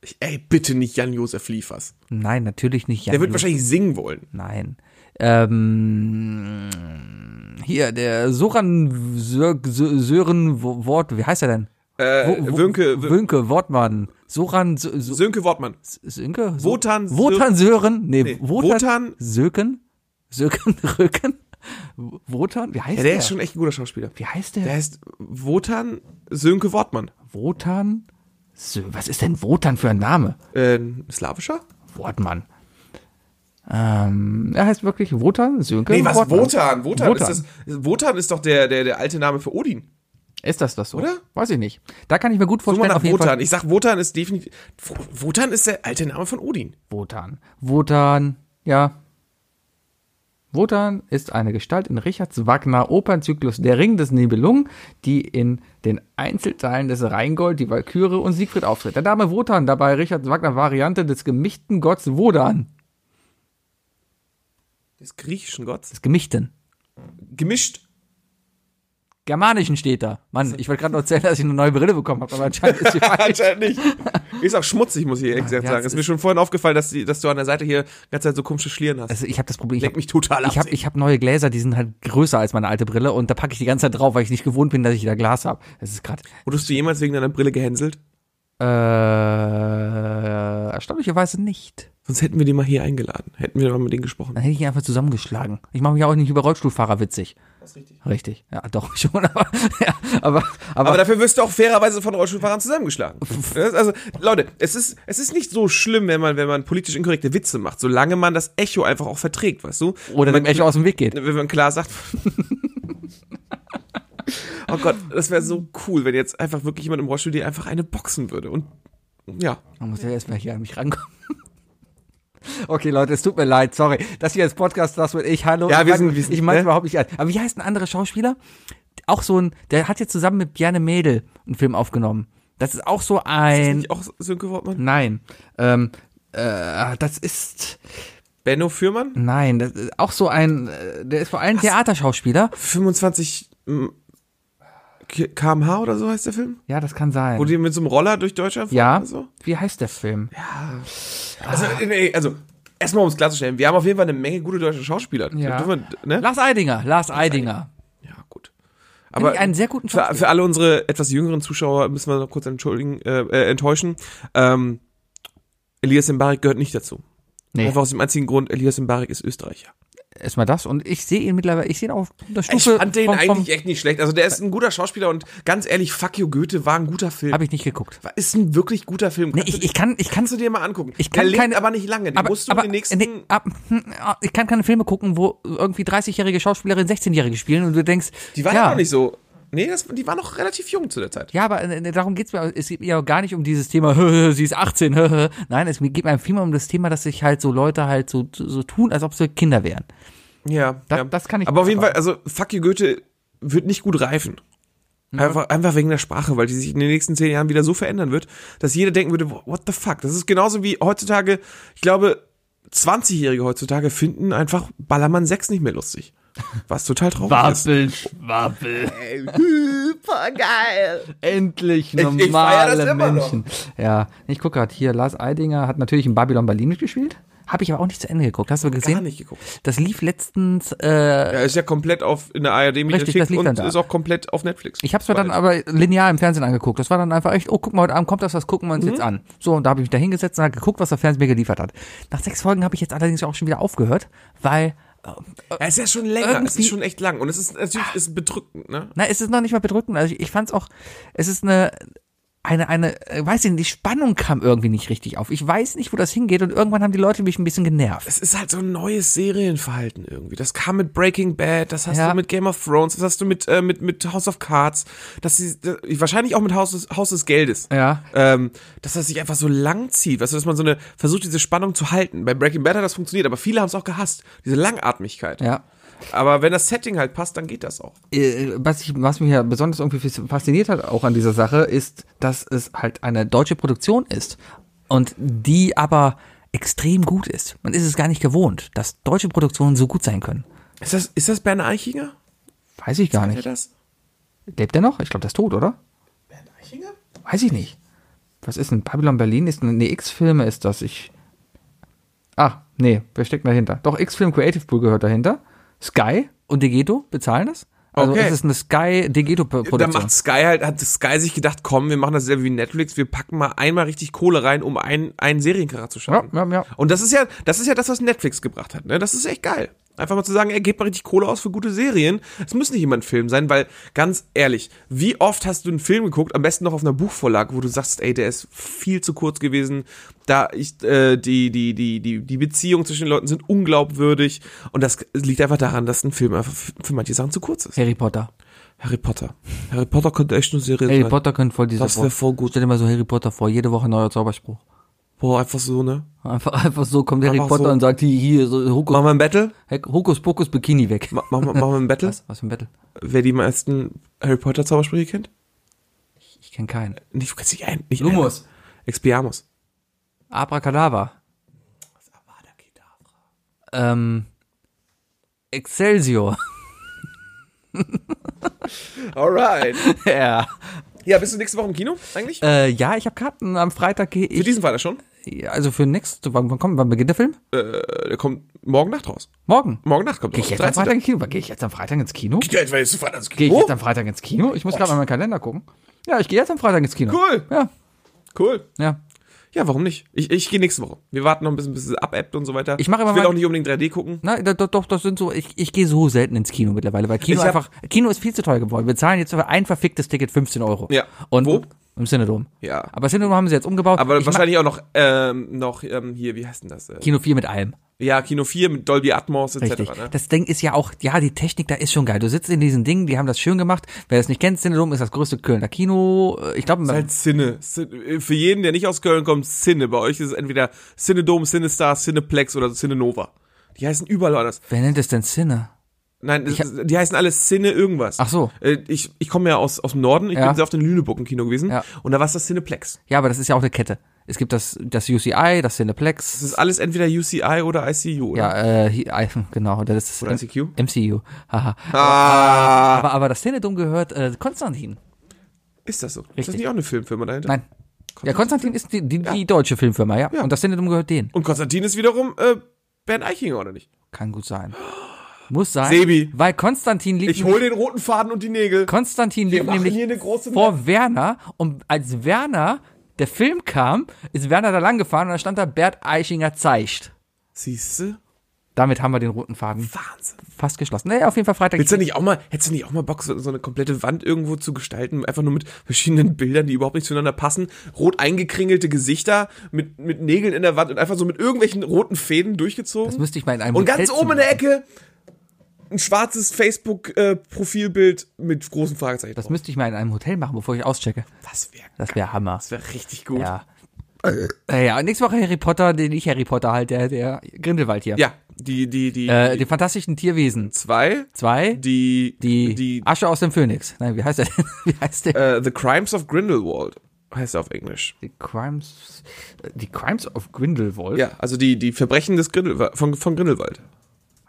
B: Ich, ey, bitte nicht Jan-Josef Liefers.
A: Nein, natürlich nicht. Jan
B: Der wird
A: Josef.
B: wahrscheinlich singen wollen.
A: Nein. Ähm, hier, der Soran Sör, Sö- Sören Wo- Wort, wie heißt er denn?
B: Äh,
A: Wo- wo-
B: Wönke, Wö-
A: Wönke, Wortmann. Soran Sö, Sö,
B: Sönke Wortmann.
A: Sönke? So-
B: Wotan Sö-
A: Wotan Sören? Nee, Wotan,
B: Wotan-
A: Söken? Söken, Rücken? Wotan? Wie heißt
B: Ja,
A: der?
B: der ist schon echt ein guter Schauspieler.
A: wie heißt der?
B: Der heißt Wotan Sönke Wortmann.
A: Wotan? Sö, was ist denn Wotan für ein Name?
B: Äh, slawischer?
A: Wortmann. Ähm, er heißt wirklich Wotan Sönke?
B: Nee, was?
A: Wortmann.
B: Wotan. Wotan,
A: Wotan.
B: Ist, das, Wotan ist doch der, der, der alte Name für Odin.
A: Ist das das so?
B: Oder?
A: Weiß ich nicht. Da kann ich mir gut
B: Guck
A: vorstellen,
B: mal nach
A: auf jeden
B: Wotan.
A: Fall.
B: Ich sag, Wotan ist definitiv. Wo- Wotan ist der alte Name von Odin.
A: Wotan. Wotan, ja. Wotan ist eine Gestalt in Richards Wagner Opernzyklus Der Ring des Nibelungen, die in den Einzelteilen des Rheingold, die Walküre und Siegfried auftritt. Der Name Wotan dabei Richards Wagner Variante des gemischten Gotts Wodan.
B: Des griechischen Gottes.
A: Des gemischten.
B: Gemischt.
A: Germanischen steht da. Mann, ich wollte gerade noch erzählen, dass ich eine neue Brille bekommen habe, aber anscheinend ist sie falsch.
B: Anscheinend nicht. Ist auch schmutzig, muss ich ehrlich gesagt
A: ja,
B: sagen.
A: es
B: Ist
A: ist-
B: mir schon vorhin aufgefallen, dass, die, dass du an der Seite hier die ganze Zeit so komische Schlieren hast.
A: Also ich habe das Problem, ich
B: Lenkt
A: habe
B: mich total ab.
A: Ich habe ich hab neue Gläser, die sind halt größer als meine alte Brille und da packe ich die ganze Zeit drauf, weil ich nicht gewohnt bin, dass ich da Glas habe. Das ist gerade
B: Wurdest du jemals wegen deiner Brille gehänselt?
A: äh, erstaunlicherweise nicht.
B: Sonst hätten wir die mal hier eingeladen. Hätten wir mal mit denen gesprochen.
A: Dann hätte ich ihn einfach zusammengeschlagen. Ich mache mich auch nicht über Rollstuhlfahrer witzig.
B: Das ist richtig.
A: Richtig. Ja, doch schon, aber ja, aber, aber,
B: Aber dafür wirst du auch fairerweise von Rollstuhlfahrern zusammengeschlagen. Das- Also, Leute, es ist, es ist nicht so schlimm, wenn man, wenn man politisch inkorrekte Witze macht, solange man das Echo einfach auch verträgt, weißt du?
A: oder
B: man,
A: dem Echo aus dem Weg geht.
B: wenn man klar sagt. oh Gott, das wäre so cool, wenn jetzt einfach wirklich jemand im Rollstuhl dir einfach eine boxen würde. Und ja,
A: Man muss ja erstmal hier an mich rankommen. Okay, Leute, es tut mir leid, sorry. Das hier ist Podcast, das bin ich. Hallo.
B: Ja,
A: ich
B: wir
A: mein-
B: sind- wir sind-
A: Ich meine
B: ne?
A: überhaupt nicht an. Aber wie heißt ein anderer Schauspieler? Auch so ein, der hat jetzt zusammen mit Bjarne Mädel einen Film aufgenommen. Das ist auch so ein.
B: ich auch Sönke Wortmann.
A: Nein. Ähm, äh, das ist.
B: Benno Fürmann,
A: Nein, das ist auch so ein. äh, Der ist vor allem Theaterschauspieler.
B: 25 m, hm, K- kmh oder so heißt der Film?
A: Ja, das kann sein.
B: Wo die mit so einem Roller durch Deutschland fahren
A: ja. Ah.
B: oder so?
A: Wie heißt der Film?
B: Also, nee, also erstmal um es klarzustellen, wir haben auf jeden Fall eine Menge gute deutsche Schauspieler.
A: Ja.
B: Da dürfen wir, ne?
A: Lars Eidinger. Lars Eidinger.
B: ja gut.
A: Finde ich einen sehr guten
B: Für,
A: Schauspieler.
B: für alle unsere etwas jüngeren Zuschauer müssen wir noch kurz entschuldigen, äh, äh, enttäuschen. Ähm, Elias Mbarek gehört nicht dazu.
A: Nee,
B: Einfach aus dem einzigen Grund, Elias Mbarek ist Österreicher.
A: erstmal das. Und ich sehe ihn mittlerweile, ich sehe ihn auf der Stufe.
B: Ich fand den
A: vom- vom-
B: eigentlich echt nicht schlecht. Also der ist ein guter Schauspieler und ganz ehrlich, Fuck You Goethe war ein guter Film.
A: Habe ich nicht geguckt.
B: War- ist ein wirklich guter Film.
A: Nee,
B: Kannst,
A: ich, ich kann, ich kann
B: kannst du dir mal angucken.
A: Ich kann
B: der lebt
A: keine-
B: aber nicht lange. Den musst du in den nächsten...
A: nee, ab, hm, ah, ich kann keine Filme gucken, wo irgendwie 30-jährige Schauspielerinnen 16-jährige spielen und du denkst,
B: die waren
A: ja,
B: ja. noch nicht so... Nee, das, die waren noch relativ jung zu der Zeit.
A: Ja, aber äh, darum geht's mir. Es geht mir ja gar nicht um dieses Thema, sie ist 18. Nein, es geht mir vielmehr um das Thema, dass sich halt so Leute halt so, so tun, als ob sie Kinder wären.
B: Ja,
A: Da-
B: ja.
A: das kann ich
B: Aber auf jeden
A: aber-
B: Fall, also Fuck You Goethe wird nicht gut reifen.
A: Mhm.
B: Einfach, einfach wegen der Sprache, weil die sich in den nächsten zehn Jahren wieder so verändern wird, dass jeder denken würde, what the fuck? Das ist genauso wie heutzutage, ich glaube, 20-Jährige heutzutage finden einfach Ballermann 6 nicht mehr lustig. Was total traurig ist.
C: Wabbel, schwabbel.
B: Super geil.
A: Endlich
B: ich feier das
A: normale
B: immer noch.
A: Menschen. Ja, ich gucke gerade hier, Lars Eidinger hat natürlich in Babylon Berlin mitgespielt. Habe ich aber auch nicht zu Ende geguckt. Hast du gesehen?
B: Gar nicht geguckt.
A: Das lief letztens, äh,
B: Er ist ja komplett auf in der ARD
A: Richtig, das liegt
B: und
A: dann da.
B: ist auch komplett auf Netflix.
A: ich habe es mir dann
B: Beides.
A: aber linear im Fernsehen angeguckt. Das war dann einfach echt, oh, guck mal, heute Abend kommt das, das gucken wir
B: Mhm.
A: uns jetzt an. So, und da habe ich mich da hingesetzt und hab geguckt, was der Fernsehen mir geliefert hat. Nach sechs Folgen habe ich jetzt allerdings auch schon wieder aufgehört, weil
B: Es ist ja schon länger, es
A: Irgendwie-
B: ist schon echt lang und es ist natürlich ist bedrückend, ne?
A: Na, es ist noch nicht mal bedrückend. Also ich, ich fand's auch, es ist eine, eine, eine, äh, weiß ich nicht, die Spannung kam irgendwie nicht richtig auf. Ich weiß nicht, wo das hingeht und irgendwann haben die Leute mich ein bisschen genervt.
B: Es ist halt so ein neues Serienverhalten irgendwie. Das kam mit Breaking Bad, das hast
A: Ja.
B: du mit Game of Thrones, das hast du mit äh, mit mit House of Cards, dass sie da- wahrscheinlich auch mit Haus des, Haus des Geldes.
A: Ja.
B: Ähm, dass das sich einfach so lang zieht, weißt du, dass man so eine versucht diese Spannung zu halten. Bei Breaking Bad hat das funktioniert, aber viele haben es auch gehasst, diese Langatmigkeit.
A: Ja.
B: Aber wenn das Setting halt passt, dann geht das auch.
A: Äh, Was, ich, was mich ja besonders irgendwie fas- fasziniert hat auch an dieser Sache, ist, dass es halt eine deutsche Produktion ist und die aber extrem gut ist. Man ist es gar nicht gewohnt, dass deutsche Produktionen so gut sein können.
B: Ist das ist das Bernd Eichinger?
A: Weiß ich gar
B: Hat er
A: nicht.
B: das?
A: Lebt er noch? Ich glaube, der ist tot, oder?
B: Bernd Eichinger?
A: Weiß ich nicht. Was ist denn? Babylon Berlin ist eine nee, X-Filme ist das. Ich. Ah, nee, wer steckt dahinter? Doch, X-Film Creative Pool gehört dahinter. Sky und Degeto bezahlen das? Also
B: Okay.
A: es ist eine Sky Degeto
B: Da
A: Produktion.
B: macht Sky halt, hat Sky sich gedacht, komm, wir machen dasselbe wie Netflix, wir packen mal einmal richtig Kohle rein, um einen, einen Seriencharakter zu schaffen.
A: Ja, ja, ja.
B: Und das ist ja, das ist ja das, was Netflix gebracht hat, ne? Das ist echt geil. Einfach mal zu sagen, er gebt mal richtig Kohle aus für gute Serien. Es muss nicht immer ein Film sein, weil, ganz ehrlich, wie oft hast du einen Film geguckt, am besten noch auf einer Buchvorlage, wo du sagst, ey, der ist viel zu kurz gewesen, da ich, äh, die, die, die, die, die Beziehungen zwischen den Leuten sind unglaubwürdig. Und das liegt einfach daran, dass ein Film einfach für, für manche Sachen zu kurz ist.
A: Harry Potter.
B: Harry Potter. Harry Potter könnte echt eine Serie
A: Harry
B: sein.
A: Potter könnte voll dieser
B: Das wär voll gut.
A: Stell dir mal so Harry Potter vor, jede Woche neuer Zauberspruch.
B: Boah, einfach so, ne?
A: Einfach, einfach so kommt Harry
B: Einfach
A: Potter
B: so.
A: und sagt hier, hier so Hokus,
B: Machen wir ein Battle?
A: Hek- Hokus Pokus Bikini weg.
B: Ma- Machen wir, machen wir ein Battle?
A: Was, was für ein Battle?
B: Wer die meisten Harry Potter Zaubersprüche kennt?
A: Ich kenne keinen.
B: Nicht, du kennst nicht einen. Nicht
A: Lumos.
B: Einen. Expiamus.
A: Abracadabra. Ähm, Excelsior.
B: Alright.
A: ja.
B: Ja, bist du nächste Woche im Kino eigentlich?
A: Äh, ja, ich habe Karten. Am Freitag gehe
B: Für
A: ich.
B: diesen Freitag schon.
A: Also für nächste. Wann, wann, kommt, wann beginnt der Film?
B: Äh, der kommt morgen Nacht raus.
A: Morgen.
B: Morgen Nacht kommt
A: Gehe ich jetzt am Freitag ins Kino? Gehe ich jetzt am Freitag ins Kino?
B: Ja, jetzt weißt du, Freitag ins
A: Gehe ich
B: Kino?
A: jetzt am Freitag ins Kino? Ich muss gerade mal in meinen Kalender gucken. Ja, ich gehe jetzt am Freitag ins Kino.
B: Cool.
A: Ja,
B: Cool.
A: ja.
B: Ja, warum nicht? Ich, ich gehe nächste Woche. Wir warten noch ein bisschen, bis es abebbt und so weiter.
A: Ich mach immer
B: Ich will
A: mal-
B: auch nicht unbedingt 3D gucken.
A: Na, da- doch, doch, das sind so. Ich, ich gehe so selten ins Kino mittlerweile, weil Kino
B: Ich hab-
A: einfach. Kino ist viel zu teuer geworden. Wir zahlen jetzt für ein verficktes Ticket 15 Euro.
B: Ja.
A: Und
B: Wo?
A: Im Cinedom.
B: Ja.
A: Aber Cinedom haben sie jetzt umgebaut.
B: Aber
A: Ich mag
B: wahrscheinlich auch noch, ähm, noch ähm, hier, wie heißt denn das? Äh,
A: Kino 4 mit allem.
B: Ja, Kino 4 mit Dolby Atmos etc.
A: Richtig.
B: Ne?
A: Das Ding ist ja auch, ja, die Technik da ist schon geil. Du sitzt in diesen Dingen, die haben das schön gemacht. Wer es nicht kennt, Cinedom ist das größte Kölner Kino. Äh, Ich glaube,
B: Das ist halt Cine. Cine. Für jeden, der nicht aus Köln kommt, Cine. Bei euch ist es entweder Cinedom, Cinestar, Cineplex oder Cinenova. Die heißen überall anders.
A: wer nennt es denn Cine?
B: Nein, es ist- die heißen alle Cine irgendwas.
A: Ach so.
B: Äh, Ich, ich komme ja aus, aus dem Norden. Ich
A: Ja.
B: bin sehr oft in Lüneburg im Kino gewesen.
A: Ja.
B: Und da war es das Cineplex.
A: Ja, aber das ist ja auch eine Kette. Es gibt das, das UCI, das Cineplex.
B: Das ist alles entweder UCI oder ICU. Oder?
A: Ja, äh, hi- äh, genau, das ist
B: Oder ICQ?
A: MCU. Haha.
B: Ah,
A: Aber, aber das Cinedom gehört äh, Konstantin.
B: ist das so? Ist das
A: Richtig.
B: nicht auch eine Filmfirma dahinter?
A: Nein. Ja, Konstantin ist die, die, die deutsche Filmfirma, ja. Und das Cinedom gehört denen.
B: Und Konstantin ist wiederum äh, Bernd Eichinger, oder nicht?
A: Kann gut sein. Muss sein.
B: Sebi.
A: Weil Konstantin liebt
B: Ich hole den roten Faden und die Nägel.
A: Konstantin
B: Wir
A: lebt
B: machen
A: nämlich
B: hier eine große
A: vor Werner und als Werner der Film kam, ist Werner da lang gefahren und da stand da Bert Eichinger zeigt.
B: Siehst du?
A: Damit haben wir den roten Faden
B: Wahnsinn.
A: fast geschlossen. Naja, auf jeden Fall Freitag.
B: Willst du nicht auch mal, hättest du nicht auch mal Bock, so, so eine komplette Wand irgendwo zu gestalten, einfach nur mit verschiedenen Bildern, die überhaupt nicht zueinander passen, rot eingekringelte Gesichter mit, mit Nägeln in der Wand und einfach so mit irgendwelchen roten Fäden durchgezogen?
A: Das müsste ich mal in einem
B: und ganz
A: Hotelzimmer
B: oben in der
A: machen.
B: Ecke ein schwarzes Facebook-Profilbild mit großen Fragezeichen.
A: Das müsste ich mal in einem Hotel machen, bevor ich auschecke.
B: das wäre
A: Das wäre Hammer.
B: das wär richtig gut. Äh.
A: Ja. Naja, und nächste Woche Harry Potter, den nicht Harry Potter halt, der, der Grindelwald hier.
B: Ja, die, die, die,
A: Äh,
B: die
A: die fantastischen Tierwesen.
B: zwei,
A: Zwei.
B: die,
A: die,
B: die
A: Asche aus dem Phönix. Nein, wie heißt der denn? Wie heißt der?
B: äh, The Crimes of Grindelwald heißt er auf Englisch.
A: die Crimes. Die Crimes of Grindelwald?
B: Ja, also die, die Verbrechen des Grindel, von, von Grindelwald.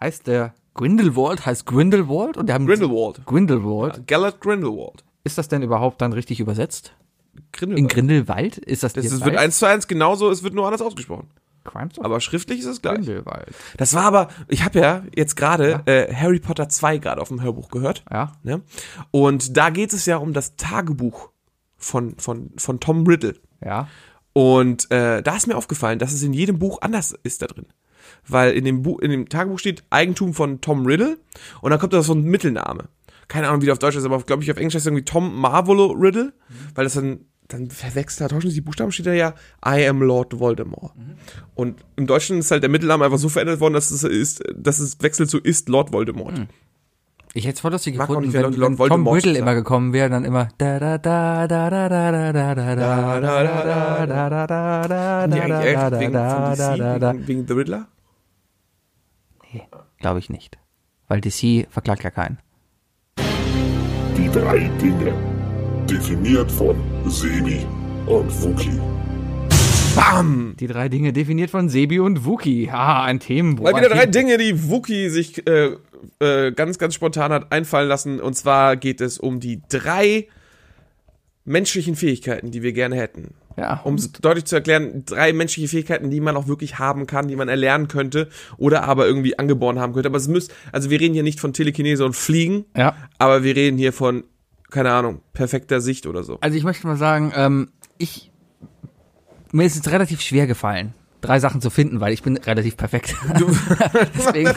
A: Heißt der Grindelwald? Heißt Grindelwald? Und die haben
B: Grindelwald.
A: Grindelwald.
B: Gellert Grindelwald.
A: Ist das denn überhaupt dann richtig übersetzt? In
B: Grindelwald.
A: Grindelwald? Ist das,
B: es wird eins zu eins genauso, es wird nur anders ausgesprochen.
A: Crimes of
B: Aber schriftlich ist es gleich.
A: Grindelwald.
B: Das war aber, ich habe ja jetzt gerade äh, Harry Potter 2 gerade auf dem Hörbuch gehört.
A: Ja.
B: Ne? Und da geht es ja um das Tagebuch von, von, von Tom Riddle.
A: Ja.
B: Und äh, da ist mir aufgefallen, dass es in jedem Buch anders ist da drin. Weil in dem, Buch, in dem Tagebuch steht Eigentum von Tom Riddle und dann kommt da so ein Mittelname. Keine Ahnung, wie der auf Deutsch ist, aber glaube ich auf Englisch heißt er irgendwie Tom Marvolo Riddle, weil das dann, dann verwechselt, da tauschen sich die Buchstaben, steht da ja I am Lord Voldemort. Und im Deutschen ist halt der Mittelname einfach so verändert worden, dass es, ist, dass es wechselt zu ist Lord Voldemort.
A: Mhm. Ich hätte es voll lustig
B: Mag auch
A: gefunden,
B: nicht, wer
A: wenn,
B: Lord- Lord
A: wenn Tom
B: Voldemort
A: Riddle
B: sagt.
A: immer gekommen wäre, dann immer da da da da da da da da da da da da da da da da
B: Ja, eigentlich
A: da da
B: echt, wegen,
A: da da
B: von
A: da
B: DC,
A: da
B: wegen, wegen The Riddler?
A: Glaube ich nicht. Weil DC verklagt ja keinen.
C: Die drei Dinge. Definiert von Sebi und Wookie.
A: Die drei Dinge definiert von Sebi und Wookie. Ah, ein Themenbruch.
B: Mal wieder
A: Ein
B: drei
A: Themen-
B: Dinge, die Wookie sich äh, äh, ganz, ganz spontan hat einfallen lassen. Und zwar geht es um die drei menschlichen Fähigkeiten, die wir gerne hätten.
A: Ja.
B: Um es deutlich zu erklären, drei menschliche Fähigkeiten, die man auch wirklich haben kann, die man erlernen könnte oder aber irgendwie angeboren haben könnte. Aber es müsste, also wir reden hier nicht von Telekinese und Fliegen,
A: Ja.
B: aber wir reden hier von, keine Ahnung, perfekter Sicht oder so.
A: Also ich möchte mal sagen, ähm, ich mir ist es relativ schwer gefallen, drei Sachen zu finden, weil ich bin relativ perfekt. deswegen,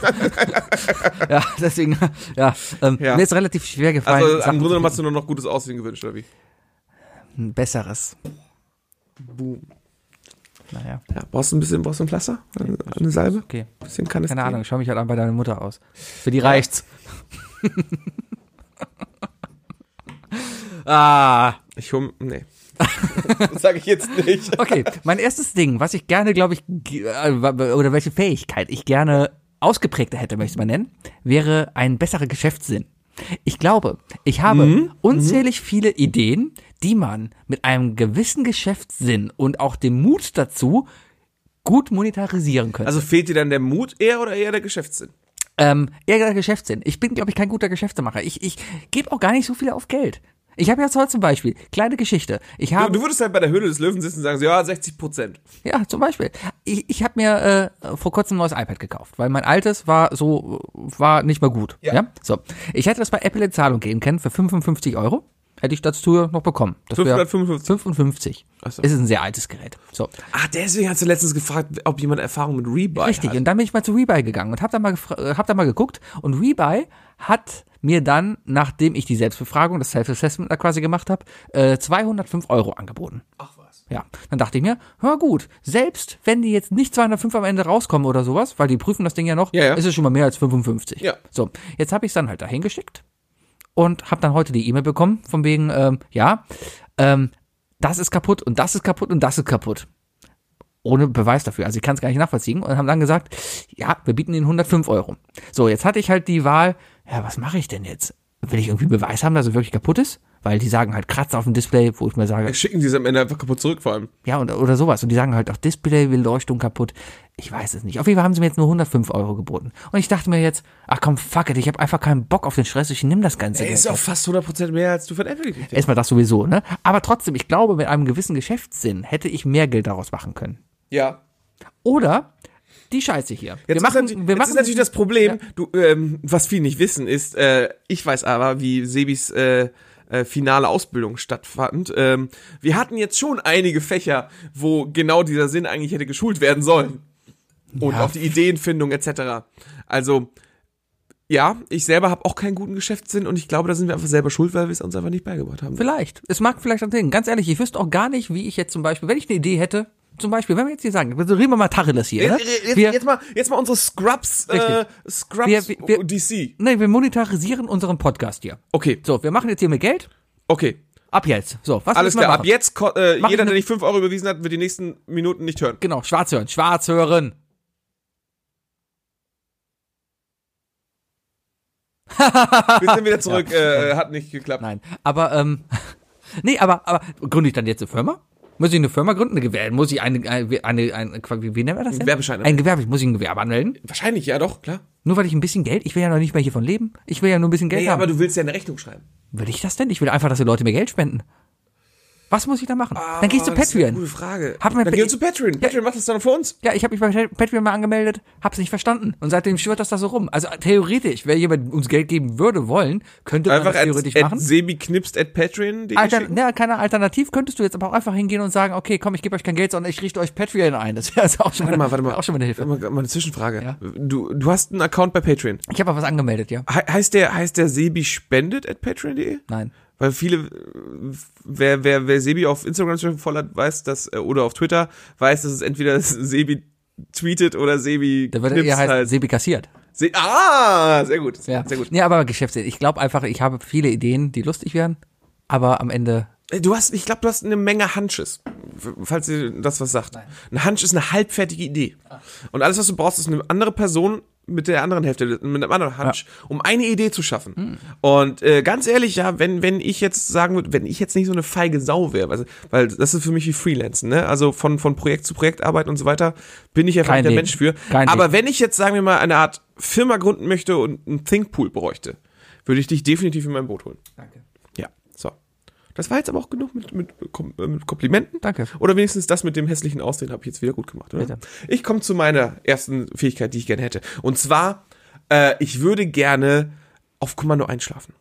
A: ja, deswegen, ja, ähm,
B: Ja.
A: mir ist relativ schwer gefallen.
B: Also im
A: Sachen
B: Grunde
A: zu
B: genommen hast du nur noch gutes Aussehen gewünscht, oder wie?
A: finden. ein besseres.
B: Boom.
A: Naja,
B: Ja, brauchst du ein bisschen, brauchst du ein Pflaster? Eine, eine Salbe?
A: okay.
B: Bisschen kann es
A: Keine
B: gehen.
A: Ahnung, ich schau mich halt an bei deiner Mutter aus. Für die reicht's. ah,
B: Ich hol. Nee. das sage ich jetzt nicht.
A: Okay, mein erstes Ding, was ich gerne, glaube ich, ge- äh, oder welche Fähigkeit ich gerne ausgeprägter hätte, möchte man nennen, wäre ein besserer Geschäftssinn. Ich glaube, ich habe unzählig viele Ideen, die man mit einem gewissen Geschäftssinn und auch dem Mut dazu gut monetarisieren könnte.
B: Also fehlt dir dann der Mut eher oder eher der Geschäftssinn?
A: Ähm, eher der Geschäftssinn. Ich bin, glaube ich, kein guter Geschäftemacher. Ich, ich gebe auch gar nicht so viel auf Geld. Ich habe jetzt heute zum Beispiel, kleine Geschichte. Ich
B: Du,
A: habe,
B: du würdest halt bei der Höhle des Löwen sitzen und sagen, so, ja, 60 Prozent.
A: Ja, zum Beispiel. Ich, ich habe mir äh, vor kurzem ein neues iPad gekauft, weil mein altes war so, war nicht mehr gut. Ja.
B: Ja.
A: So. Ich hätte das bei Apple in Zahlung geben können für 55 Euro. Hätte ich dazu noch bekommen. Das wär
B: 555.
A: 55.
B: Ach so.
A: Es ist ein sehr altes Gerät. So.
B: Ach, Ah, deswegen hast du letztens gefragt, ob jemand Erfahrung mit Rebuy
A: Richtig.
B: hat.
A: Und dann bin ich mal zu Rebuy gegangen und habe da, mal gefra- äh, hab da mal geguckt. Und Rebuy hat mir dann, nachdem ich die Selbstbefragung, das Self-Assessment da quasi gemacht habe, äh, 205 Euro angeboten.
B: Ach was.
A: Ja, dann dachte ich mir, hör gut, selbst wenn die jetzt nicht 205 am Ende rauskommen oder sowas, weil die prüfen das Ding ja noch,
B: Ja, ja.
A: ist es schon mal mehr als 55.
B: Ja.
A: So, jetzt habe ich es dann halt dahin geschickt und habe dann heute die E-Mail bekommen, von wegen, ähm, ja, ähm, das ist kaputt und das ist kaputt und das ist kaputt. Ohne Beweis dafür. Also ich kann es gar nicht nachvollziehen. Und haben dann gesagt, ja, wir bieten Ihnen 105 Euro. So, jetzt hatte ich halt die Wahl, ja, was mache ich denn jetzt? Will ich irgendwie Beweis haben, dass er wirklich kaputt ist? Weil die sagen halt Kratzer auf dem Display, wo ich mir sage,
B: Schicken die es am Ende einfach kaputt zurück, vor allem.
A: ja, und, oder sowas. Und die sagen halt auch Display, Beleuchtung kaputt. Ich weiß es nicht. Auf jeden Fall haben sie mir jetzt nur 105 Euro geboten. Und ich dachte mir jetzt, ach komm, fuck it, ich habe einfach keinen Bock auf den Stress, ich nehme das Ganze.
B: Ey,
A: Geld.
B: ist auch fast 100 Prozent mehr, als du von Apple gekriegt hast.
A: Erstmal das sowieso, ne? Aber trotzdem, ich glaube, mit einem gewissen Geschäftssinn hätte ich mehr Geld daraus machen können.
B: Ja.
A: Oder die Scheiße hier.
B: Jetzt,
A: wir machen,
B: ist, natürlich,
A: wir
B: jetzt
A: machen
B: ist natürlich das Problem, du, ähm, was viele nicht wissen, ist, äh, ich weiß aber, wie Sebis äh, äh, finale Ausbildung stattfand. Ähm, wir hatten jetzt schon einige Fächer, wo genau dieser Sinn eigentlich hätte geschult werden sollen. Und
A: Ja.
B: auch die Ideenfindung etc. Also, ja, ich selber habe auch keinen guten Geschäftssinn und ich glaube, da sind wir einfach selber schuld, weil wir es uns einfach nicht beigebracht haben.
A: Vielleicht. Es mag vielleicht an Dingen. Ganz ehrlich, ich wüsste auch gar nicht, wie ich jetzt zum Beispiel, wenn ich eine Idee hätte, zum Beispiel, wenn wir jetzt hier sagen, also reden wir mal Tacheles hier, ne?
B: Jetzt, jetzt,
A: Wir-
B: jetzt, mal, jetzt mal unsere Scrubs, äh,
A: Richtig.
B: Scrubs
A: Wir- wir- wir-
B: DC.
A: Nee, wir monetarisieren unseren Podcast hier.
B: Okay,
A: So, wir machen jetzt hier mit Geld.
B: okay.
A: Ab jetzt. So, was
B: Alles
A: müssen wir
B: klar, ab
A: machen?
B: jetzt, ko- äh,
A: Machen
B: jeder,
A: wir-
B: der nicht 5 Euro überwiesen hat, wird die nächsten Minuten nicht hören.
A: Genau, schwarz hören, schwarz hören.
B: Wir sind wieder zurück, äh, hat nicht geklappt.
A: Nein, aber, ähm, nee, aber, aber gründe ich dann jetzt eine Firma? Muss ich eine Firma gründen? Eine Gewerbe? Muss ich eine, eine, eine, eine wie, wie nennt man das denn?
B: Gewerbeschein
A: Ein Gewerbe, muss ich ein Gewerbe anmelden?
B: Wahrscheinlich, ja doch, klar.
A: Nur weil ich ein bisschen Geld, ich will ja noch nicht mehr hiervon leben. Ich will ja nur ein bisschen Geld
B: Nee,
A: haben.
B: aber du willst ja eine Rechnung schreiben.
A: will ich das denn? Ich will einfach, dass die Leute mir Geld spenden. Was muss ich da machen? dann gehe ich zu
B: Ah, das ist eine
A: Patreon.
B: Gute Frage.
A: Hab mir
B: Dann
A: Pe-
B: geh zu Patreon. Patreon macht das dann für uns.
A: Ja, ich habe mich bei Patreon mal angemeldet, hab's nicht verstanden. Und seitdem schwirrt das da so rum. Also äh, theoretisch, wenn jemand uns Geld geben würde wollen, könnte man
B: Einfach
A: das
B: at,
A: theoretisch
B: at
A: machen.
B: sebiknipst at patreon.
A: Alter, ne- na, keine Alternativ könntest du jetzt aber auch einfach hingehen und sagen, okay, komm, ich gebe euch kein Geld, sondern ich richte euch Patreon ein. Das wäre also auch schon,
B: Warte mal, warte mal.
A: wär auch schon mal eine Hilfe.
B: Warte Mal, mal eine Zwischenfrage.
A: Ja.
B: Du, du hast einen Account bei Patreon.
A: Ich habe was angemeldet, ja.
B: He heißt der, heißt der Sebi spendet at patreon.de?
A: Nein.
B: Weil viele, äh, wer, wer, wer Sebi auf Instagram zum Beispiel voll hat, weiß das, äh, oder auf Twitter, weiß, dass es entweder Sebi tweetet oder Sebi
A: Da würde eher
B: knipst
A: heißen,
B: halt.
A: Sebi kassiert.
B: Se ah, sehr gut.
A: Ja.
B: Sehr gut.
A: Nee, aber Geschäftsidee. Ich glaube einfach, ich habe viele Ideen, die lustig wären, aber am Ende
B: Äh, Du hast, ich glaube, du hast eine Menge Hunches, f- falls ihr das was sagt. Ein Hunch ist eine halbfertige Idee.
A: Ah.
B: Und alles, was du brauchst, ist eine andere Person mit der anderen Hälfte, mit einem anderen Hunch, um eine Idee zu schaffen.
A: Hm.
B: Und äh, ganz ehrlich, ja, wenn, wenn ich jetzt sagen würde, wenn ich jetzt nicht so eine feige Sau wäre, weil, weil das ist für mich wie Freelancen, ne? Also von, von Projekt zu Projekt arbeiten und so weiter, bin ich einfach
A: Kein
B: nicht der
A: Ding.
B: Mensch für.
A: Kein
B: Aber
A: Ding.
B: wenn ich jetzt, sagen wir mal, eine Art Firma gründen möchte und einen Thinkpool bräuchte, würde ich dich definitiv in mein Boot holen. Ja, so. Das war jetzt aber auch genug mit, mit, Kom- äh, mit Komplimenten.
A: Danke.
B: Oder wenigstens das mit dem hässlichen Aussehen habe ich jetzt wieder gut gemacht, oder?
A: Bitte.
B: Ich komme zu meiner ersten Fähigkeit, die ich gerne hätte. Und zwar, äh, ich würde gerne auf Kommando einschlafen.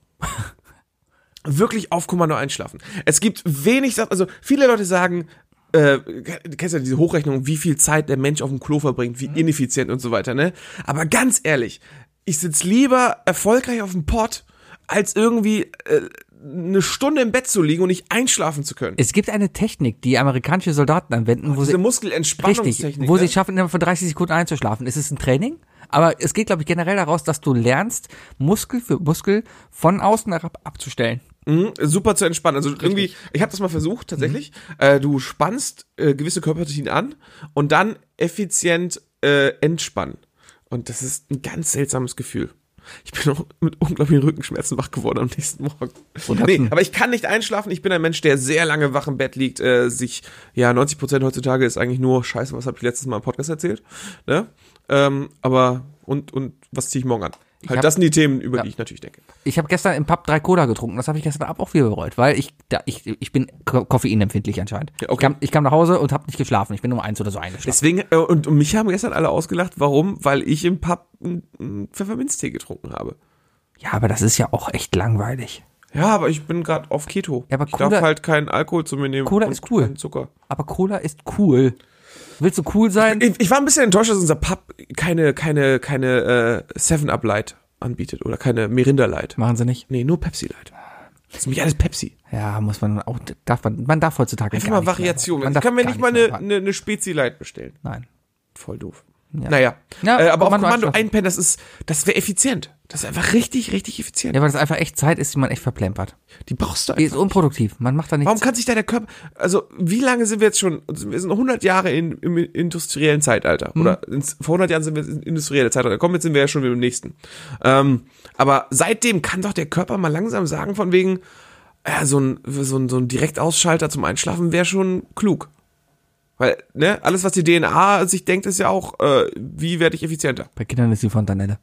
B: Wirklich auf Kommando einschlafen. Es gibt wenig, Sa- also viele Leute sagen, äh, du kennst ja diese Hochrechnung, wie viel Zeit der Mensch auf dem Klo
A: Mhm.
B: verbringt, wie ineffizient und so weiter, ne? Aber ganz ehrlich, ich sitz lieber erfolgreich auf dem Pott, als irgendwie äh, eine Stunde im Bett zu liegen und nicht einschlafen zu können.
A: Es gibt eine Technik, die amerikanische Soldaten anwenden, wo
B: Diese
A: sie
B: Muskelentspannungstechnik.
A: richtig, wo
B: ne?
A: sie es schaffen, innerhalb von 30 Sekunden einzuschlafen. Es ist ein Training, aber es geht, glaube ich, generell daraus, dass du lernst, Muskel für Muskel von außen herab abzustellen.
B: super zu entspannen. Also irgendwie, ich habe das mal versucht tatsächlich.
A: Mhm.
B: Äh, du spannst äh, gewisse Körperpartien an und dann effizient äh, entspannen. Und das ist ein ganz seltsames Gefühl. Ich bin auch mit unglaublichen Rückenschmerzen wach geworden am nächsten Morgen.
A: Und
B: Nee,
A: hast du-
B: aber ich kann nicht einschlafen. Ich bin ein Mensch, der sehr lange wach im Bett liegt. Äh, sich, ja, 90 Prozent heutzutage ist eigentlich nur Scheiße, was habe ich letztes Mal im Podcast erzählt. Ne? Ähm, aber, und, und was ziehe ich morgen an? Halt,
A: hab-
B: das sind die Themen, über die ich natürlich denke.
A: Ich habe gestern im Pub drei Cola getrunken. Das habe ich gestern Abend auch viel bereut, weil ich da ich ich bin ko- koffeinempfindlich anscheinend.
B: Ja, okay.
A: ich, kam, ich kam nach Hause und habe nicht geschlafen. Ich bin um eins oder so eingeschlafen.
B: Deswegen, äh, und, und mich haben gestern alle ausgelacht, warum? Weil ich im Pub einen- einen Pfefferminztee getrunken habe.
A: Ja, aber das ist ja auch echt langweilig.
B: Ja, aber ich bin gerade auf Keto.
A: Ja, aber
B: ich
A: Cola-
B: darf halt keinen Alkohol zu mir nehmen.
A: Cola
B: und
A: ist cool.
B: keinen Zucker.
A: Aber Cola ist cool. Willst du cool sein?
B: Ich, ich war ein bisschen enttäuscht, dass unser Pub keine, keine, keine äh, Seven Up Light anbietet oder keine Mirinda Light.
A: Machen sie nicht.
B: Nee, nur Pepsi Light. Das ist nämlich alles Pepsi.
A: Ja, muss man auch darf man man darf heutzutage
B: Einfach
A: gar
B: mal
A: nichts mehr.
B: Variation.
A: Man
B: Ich
A: darf
B: kann mir
A: gar
B: nicht mal
A: nichts
B: eine,
A: mehr.
B: eine, eine Spezi Light bestellen.
A: Nein.
B: Voll doof. Naja.
A: Ja,
B: äh,
A: Kommando
B: aber auf Kommando
A: einschlafen.
B: einpennen, das ist, das wäre effizient. Das ist einfach richtig, richtig effizient.
A: Ja, weil das einfach echt Zeit ist, die man echt verplempert.
B: Die brauchst du
A: Die
B: einfach.
A: ist unproduktiv. Man macht da nichts.
B: Warum kann sich da der Körper, also wie lange sind wir jetzt schon, wir sind 100 Jahre in, im industriellen Zeitalter
A: Mhm.
B: oder ins, vor 100 Jahren sind wir im industriellen Zeitalter, komm, jetzt sind wir ja schon wieder im nächsten. Ähm, aber seitdem kann doch der Körper mal langsam sagen von wegen, ja, so ein, so ein, so ein Direktausschalter zum Einschlafen wäre schon klug. Weil, ne, alles, was die DNA sich denkt, ist ja auch, äh, wie werde ich effizienter?
A: Bei Kindern ist die Fontanelle.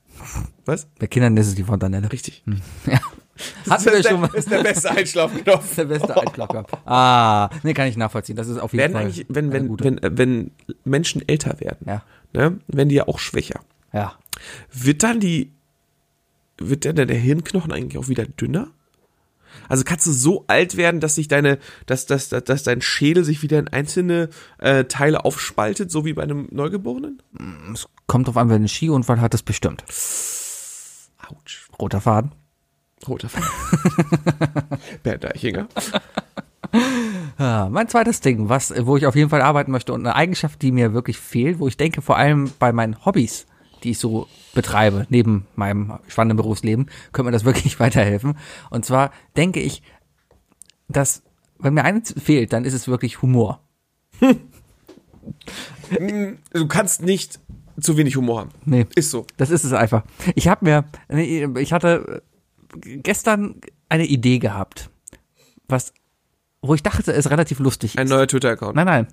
B: Was?
A: Bei Kindern ist es die Fontanelle.
B: Richtig.
A: Ja. Hatten
B: Das
A: wir
B: ist der,
A: Mhm. schon mal.
B: ist der beste Einschlafknopf. Oh.
A: Der beste Einschlagkörper. Ah, nee, kann ich nachvollziehen. Das ist auf jeden
B: werden
A: Fall.
B: eigentlich, wenn,
A: eine
B: wenn,
A: gute-
B: wenn, äh, wenn Menschen älter werden,
A: Ja.
B: ne, werden die ja auch schwächer.
A: ja.
B: Wird dann die, wird dann der Hirnknochen eigentlich auch wieder dünner? Also kannst du so alt werden, dass sich deine, dass, dass, dass, dass dein Schädel sich wieder in einzelne äh, Teile aufspaltet, so wie bei einem Neugeborenen?
A: Kommt drauf an, wenn ein Skiunfall hat, das bestimmt.
B: Autsch.
A: Roter Faden.
B: Roter Faden. Bernd Eichinger.
A: Ja, Ah, mein zweites Ding, was, wo ich auf jeden Fall arbeiten möchte und eine Eigenschaft, die mir wirklich fehlt, wo ich denke, vor allem bei meinen Hobbys, die ich so betreibe, neben meinem spannenden Berufsleben, könnte mir das wirklich weiterhelfen. Und zwar denke ich, dass, wenn mir eines fehlt, dann ist es wirklich Humor.
B: Du kannst nicht zu wenig Humor haben.
A: Nee.
B: Ist so.
A: Das ist es einfach. Ich habe mir, nee, ich hatte gestern eine Idee gehabt, was, wo ich dachte, es relativ lustig
B: Ein
A: ist.
B: neuer Twitter-Account.
A: Nein, nein.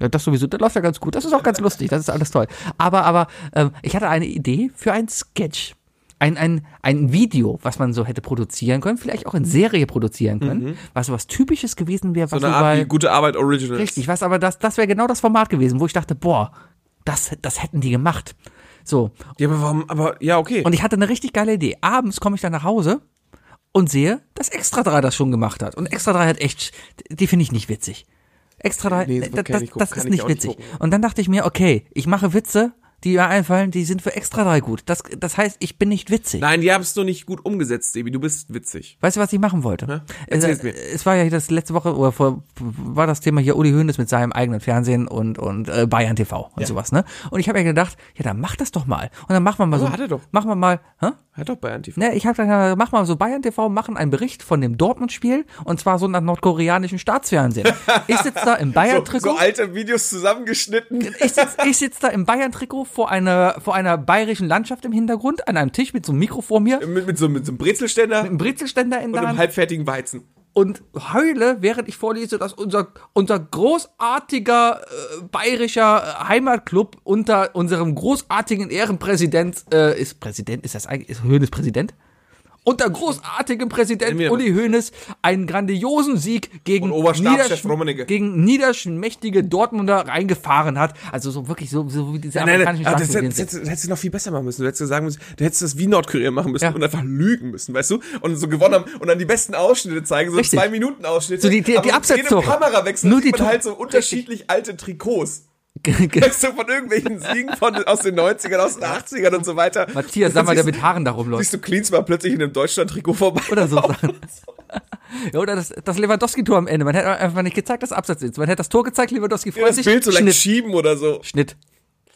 A: Ja, das sowieso, das läuft ja ganz gut. Das ist auch ganz lustig, das ist alles toll. Aber, aber ähm, ich hatte eine Idee für einen Sketch. Ein, ein, ein Video, was man so hätte produzieren können, vielleicht auch in Serie produzieren können, was so was Typisches gewesen wäre, was
B: Mhm. So eine
A: du
B: Art
A: bei,
B: wie gute Arbeit Originals.
A: Richtig, was aber das, das wäre genau das Format gewesen, wo ich dachte, boah, das, das hätten die gemacht. So.
B: Ja, aber warum? Aber ja, okay.
A: Und ich hatte eine richtig geile Idee. Abends komme ich dann nach Hause und sehe, dass Extra 3 das schon gemacht hat. Und Extra 3 hat echt, die finde ich nicht witzig. Extra 3,
B: Nee,
A: das,
B: das
A: das,
B: kann ich nicht gucken, kann
A: ist
B: ich
A: nicht
B: auch nicht
A: witzig.
B: gucken.
A: und dann dachte ich mir, okay, ich mache Witze, die mir einfallen, die sind für Extra 3 gut. Das, das heißt, ich bin nicht witzig.
B: Nein, die haben es nur nicht gut umgesetzt, Sebi. Du bist witzig.
A: Weißt du, was ich machen wollte?
B: Ne? Erzähl's
A: Es-
B: mir.
A: Es war ja das letzte Woche oder vor war das Thema hier Uli Hoeneß mit seinem eigenen Fernsehen und und äh, Bayern TV und sowas, ne? Und ich habe ja gedacht, ja, dann mach das doch mal. Und dann machen wir mal so
B: hat er doch.
A: machen wir mal, hä?
B: Hat Halt doch bei Antifa.
A: Ne, ich habe dann mach mal so Bayern TV machen einen Bericht von dem Dortmund Spiel und zwar so nach nordkoreanischen Staatsfernsehen. Ich sitze da im Bayern Ah Trikot.
B: alte Videos zusammengeschnitten.
A: ich sitze ich sitz da im Bayern-Trikot vor einer, vor einer bayerischen Landschaft im Hintergrund, an einem Tisch mit so einem Mikro vor mir,
B: Mit, mit, so, mit so einem Brezelständer
A: einem Brezelständer in
B: und
A: der
B: einem
A: Hand.
B: halbfertigen Weizen.
A: und heule, während ich vorlese, dass unser, unser großartiger äh, bayerischer äh, Heimatclub unter unserem großartigen Ehrenpräsident äh, ist Präsident, ist das eigentlich, ist Hönes Präsident? Unter großartigem Präsident
B: Entweder-
A: Uli Hoenenes einen grandiosen Sieg gegen,
B: Und Oberstabschef
A: niedersch-
B: Rummenigge.
A: gegen niederschmächtige Dortmunder reingefahren hat. Also so wirklich so, so wie diese
B: Nein,
A: amerikanischen
B: nein, aber das,
A: Staatsmedien sind.
B: hättest- das, hättest- das hättest du noch viel besser machen müssen. Du hättest sagen müssen, du hättest das wie Nordkorea machen müssen
A: Ja.
B: und einfach lügen müssen, weißt du? Und so gewonnen haben und dann die besten Ausschnitte zeigen, so
A: Richtig.
B: zwei Minuten Ausschnitte.
A: So die- die- die Absetztore.
B: Kamerawechsel
A: Nur
B: Nur
A: die
B: die sieht man
A: Tore.
B: halt so unterschiedlich alte Trikots. Weißt du, von irgendwelchen Siegen von, aus den 90ern, aus den 80ern und so weiter.
A: Matthias, sag mal, der mit Haaren da rumläuft.
B: Siehst du Klinsmann plötzlich in einem Deutschland-Trikot vorbei?
A: Oder so Sachen. Genau. Ja, oder das, das Lewandowski-Tor am Ende. Man hätte einfach nicht gezeigt, dass Absatz ist. Man hätte das Tor gezeigt, Lewandowski freut
B: das
A: sich.
B: Bild so leicht
A: Schnitt.
B: schieben oder so.
A: Schnitt.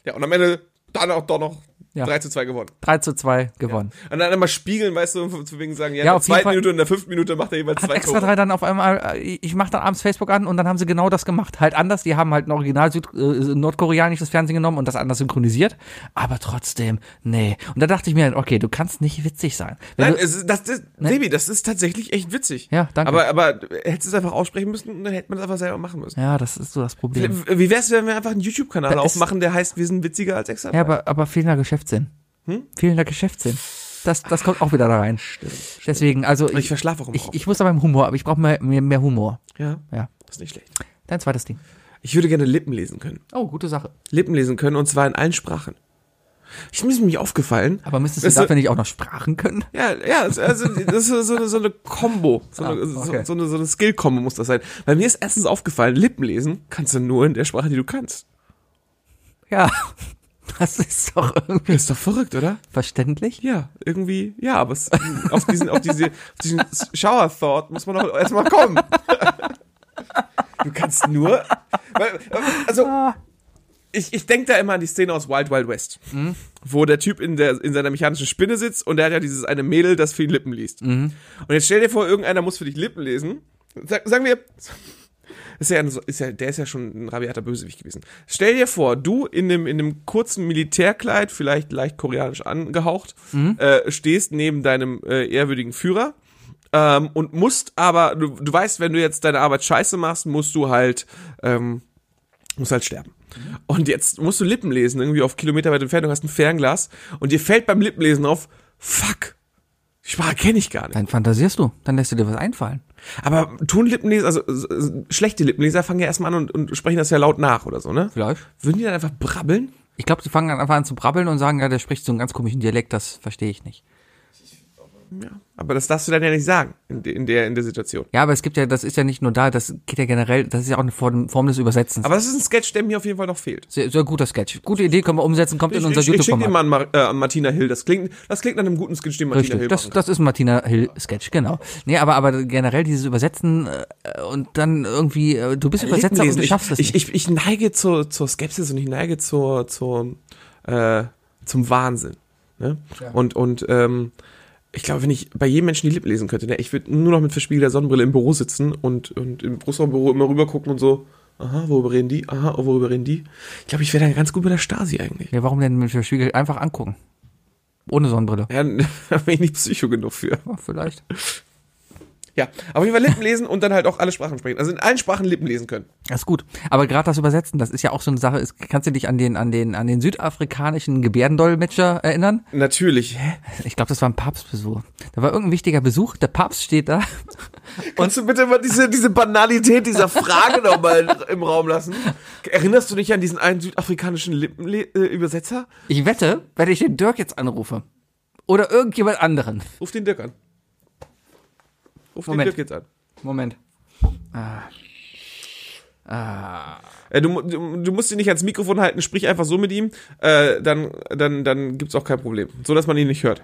B: Ja, und am Ende dann auch doch noch
A: Ja.
B: 3 zu 2 gewonnen.
A: 3 zu 2 gewonnen.
B: Und dann immer spiegeln, weißt du, zu wegen sagen, ja,
A: Ja,
B: in der
A: auf jeden
B: zweiten
A: Fall.
B: Minute und in der fünften Minute macht er jeweils
A: Hat
B: zwei
A: extra
B: Tore.
A: drei dann auf einmal, äh, ich mache dann abends Facebook an und dann haben sie genau das gemacht. Halt anders, die haben halt ein original Süd, äh, nordkoreanisches Fernsehen genommen und das anders synchronisiert. Aber trotzdem, nee. Und da dachte ich mir, okay, du kannst nicht witzig sein. Wenn
B: Nein,
A: du,
B: es ist, das, das, Sebi, das ist tatsächlich echt witzig.
A: Also, ne? Ja, danke.
B: Aber, aber hättest du es einfach aussprechen müssen und dann hätte man es einfach selber machen müssen.
A: ja, das ist so das Problem.
B: Wie wär's, wenn wir einfach einen YouTube-Kanal
A: Da ist-
B: aufmachen, der heißt, wir sind witziger als extra?
A: Ja, aber, aber fehlender Geschäftssinn.
B: Hm?
A: Fehlender Geschäftssinn. Das, das kommt auch wieder da rein. Deswegen, also
B: ich verschlafe auch im
A: ich,
B: Raum.
A: ich muss aber im Humor, aber ich brauche mehr, mehr, mehr Humor.
B: ja,
A: Ja.
B: das ist nicht schlecht.
A: Dein zweites Ding.
B: Ich würde gerne Lippen lesen können.
A: Oh, gute Sache.
B: Lippen lesen können und zwar in allen Sprachen. Ich mir ist nämlich aufgefallen.
A: Aber müsstest du
B: dass so-
A: dafür nicht auch noch Sprachen können?
B: Ja, ja, also also das ist so- so eine, so eine Combo, so eine,
A: Ah, okay.
B: so, so eine, so eine Skill-Combo muss das sein. Weil mir ist erstens aufgefallen, Lippen lesen kannst du nur in der Sprache, die du kannst.
A: Ja. Das ist doch irgendwie
B: Ist doch verrückt, oder?
A: verständlich.
B: Ja, irgendwie, ja, aber es, auf diesen, auf diese, auf diesen Shower-Thought muss man doch erstmal kommen. Du kannst nur, weil, also, ich, ich denke da immer an die Szene aus Wild Wild West, wo der Typ in, der, in seiner mechanischen Spinne sitzt und der hat ja dieses eine Mädel, das für ihn Lippen liest. Und jetzt stell dir vor, irgendeiner muss für dich Lippen lesen. Sag, sagen wir, ist ja, ein- ist ja, der ist ja schon ein rabiater Bösewicht gewesen. Stell dir vor, du in einem, in einem kurzen Militärkleid, vielleicht leicht koreanisch angehaucht, äh, stehst neben deinem äh, ehrwürdigen Führer ähm, und musst aber, du, du weißt, wenn du jetzt deine Arbeit scheiße machst, musst du halt, ähm, musst halt sterben. Und jetzt musst du Lippen lesen, irgendwie auf kilometerweite Entfernung, hast ein Fernglas und dir fällt beim Lippenlesen auf, fuck, die Sprache kenne ich gar nicht.
A: Dann fantasierst du. Dann lässt du dir was einfallen.
B: Aber tun Lippenleser, also äh, schlechte Lippenleser fangen ja erstmal an und, und sprechen das ja laut nach oder so, ne?
A: Vielleicht.
B: Würden die dann einfach brabbeln?
A: Ich glaube, die fangen dann einfach an zu brabbeln und sagen, ja, der spricht so einen ganz komischen Dialekt, das verstehe ich nicht.
B: Ja. Aber das darfst du dann ja nicht sagen in, de- in, der, in der Situation.
A: Ja, aber es gibt ja, das ist ja nicht nur da, das geht ja generell, das ist ja auch eine Form, Form des Übersetzens.
B: Aber das ist ein Sketch, der mir auf jeden Fall noch fehlt.
A: sehr, sehr guter Sketch. Gute Idee, können wir umsetzen, kommt in
B: Ich,
A: unser
B: ich, ich schicke den
A: YouTube-Format.
B: mal an, Mar- äh, an Martina Hill. Das klingt, das klingt nach einem guten Sketch, den Martina
A: Richtig,
B: Hill
A: das,
B: machen
A: das ist ein Martina Hill-Sketch, genau. Nee, aber, aber generell dieses Übersetzen äh, und dann irgendwie, äh, du bist
B: kann.
A: Übersetzer und
B: Lippenlesen,
A: du schaffst es
B: ich,
A: nicht.
B: ich, ich, ich neige zur, zur Skepsis und ich neige zur, zur, äh, zum Wahnsinn. Ne? Und, und ähm, Ich glaube, wenn ich bei jedem Menschen die Lippen lesen könnte, ne, ich würde nur noch mit verspiegelter Sonnenbrille im Büro sitzen und, und im Großraumbüro immer rüber gucken und so, aha, worüber reden die? Aha, oh, worüber reden die? Ich glaube, ich wäre dann ganz gut bei der Stasi eigentlich.
A: Ja, warum denn mit dem Spiegel einfach angucken? Ohne Sonnenbrille.
B: Ja, da bin ich nicht psycho genug für.
A: Ja, vielleicht.
B: Ja, auf jeden Fall Lippen lesen und dann halt auch alle Sprachen sprechen. Also in allen Sprachen Lippen lesen können.
A: Das ist gut. Aber gerade das Übersetzen, das ist ja auch so eine Sache. Es- Kannst du dich an den, an den, an den südafrikanischen Gebärdendolmetscher erinnern?
B: Natürlich. Hä?
A: Ich glaube, das war ein Papstbesuch. Da war irgendein wichtiger Besuch, der Papst steht da.
B: Kannst du bitte mal diese, diese Banalität dieser Frage nochmal im Raum lassen? Erinnerst du dich an diesen einen südafrikanischen äh, Lippenübersetzer?
A: Ich wette, wenn ich den Dirk jetzt anrufe. Oder irgendjemand anderen.
B: Ruf den Dirk an. Ruf
A: Moment.
B: den Dirk jetzt an.
A: Moment.
B: Äh, du, mu- du, du musst ihn nicht ans Mikrofon halten, sprich einfach so mit ihm, äh, dann, dann, dann gibt's auch kein Problem. So, dass man ihn nicht hört.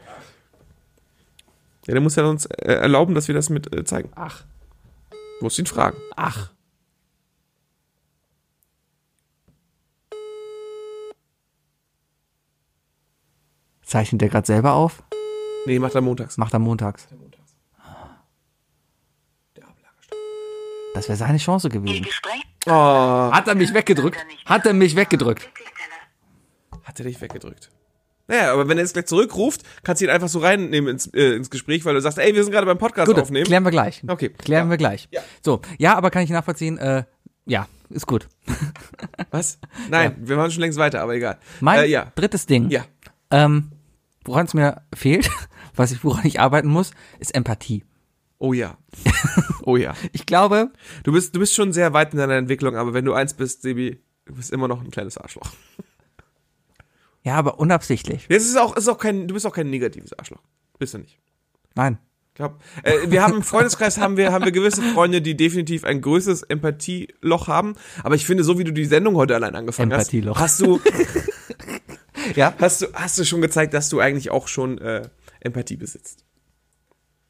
B: Ja, der muss ja uns äh, erlauben, dass wir das mit äh, zeigen.
A: Ach.
B: Du musst ihn fragen.
A: Ach. Zeichnet der gerade selber auf?
B: Nee, macht er montags.
A: Macht er montags. Das wäre seine Chance gewesen.
B: Oh,
A: Hat er mich weggedrückt? Hat er mich weggedrückt?
B: hat er dich weggedrückt. Naja, aber wenn er jetzt gleich zurückruft, kannst du ihn einfach so reinnehmen ins, äh, ins Gespräch, weil du sagst, ey, wir sind gerade beim Podcast
A: Gut,
B: aufnehmen.
A: klären wir gleich.
B: Okay.
A: Klären wir gleich.
B: Ja.
A: So, ja, aber kann ich nachvollziehen, äh, ja, ist gut.
B: Was? Nein, wir waren schon längst weiter, aber egal.
A: Mein
B: äh, ja.
A: drittes Ding,
B: Ja.
A: ähm, woran es mir fehlt, was ich, woran ich arbeiten muss, ist Empathie.
B: Oh ja. Oh ja.
A: Ich glaube,
B: Du bist, du bist schon sehr weit in deiner Entwicklung, aber wenn du eins bist, Sebi, du bist immer noch ein kleines Arschloch.
A: ja, aber unabsichtlich.
B: Jetzt ist auch, ist auch kein, du bist auch kein negatives Arschloch. Bist du nicht.
A: Nein.
B: Ich glaub, äh, wir haben im Freundeskreis haben wir, haben wir gewisse Freunde, die definitiv ein größeres Empathieloch haben. Aber ich finde, so wie du die Sendung heute allein angefangen hast,
A: Empathieloch.
B: hast du,
A: Ja?
B: hast du, hast du schon gezeigt, dass du eigentlich auch schon äh, Empathie besitzt.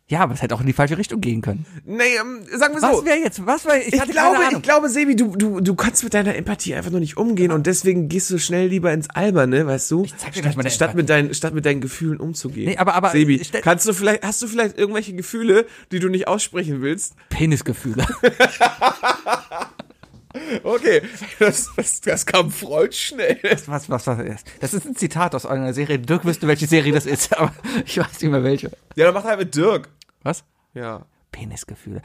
A: Ja, aber es hätte auch in die falsche Richtung gehen können.
B: Nee, ähm, sagen wir
A: Was
B: so.
A: wäre jetzt, was wäre, ich,
B: Ich
A: hatte
B: glaube,
A: keine
B: ich
A: Ahnung.
B: glaube, Sebi, du, du, du kannst mit deiner Empathie einfach nur nicht umgehen und deswegen gehst du schnell lieber ins Alberne, weißt du?
A: zeig dir gleich
B: statt,
A: meine
B: statt, mit deinen, statt mit deinen Gefühlen umzugehen.
A: Nee, aber- aber-
B: Sebi,
A: stell-
B: kannst du vielleicht, hast du vielleicht irgendwelche Gefühle, die du nicht aussprechen willst?
A: Penisgefühle.
B: Okay, das, das, das kam Freud schnell.
A: was, was, was ist? Das ist ein Zitat aus einer Serie. Dirk wüsste, welche Serie das ist, aber ich weiß nicht mehr welche.
B: Ja, dann mach halt mit Dirk.
A: Was?
B: Ja.
A: Penisgefühle.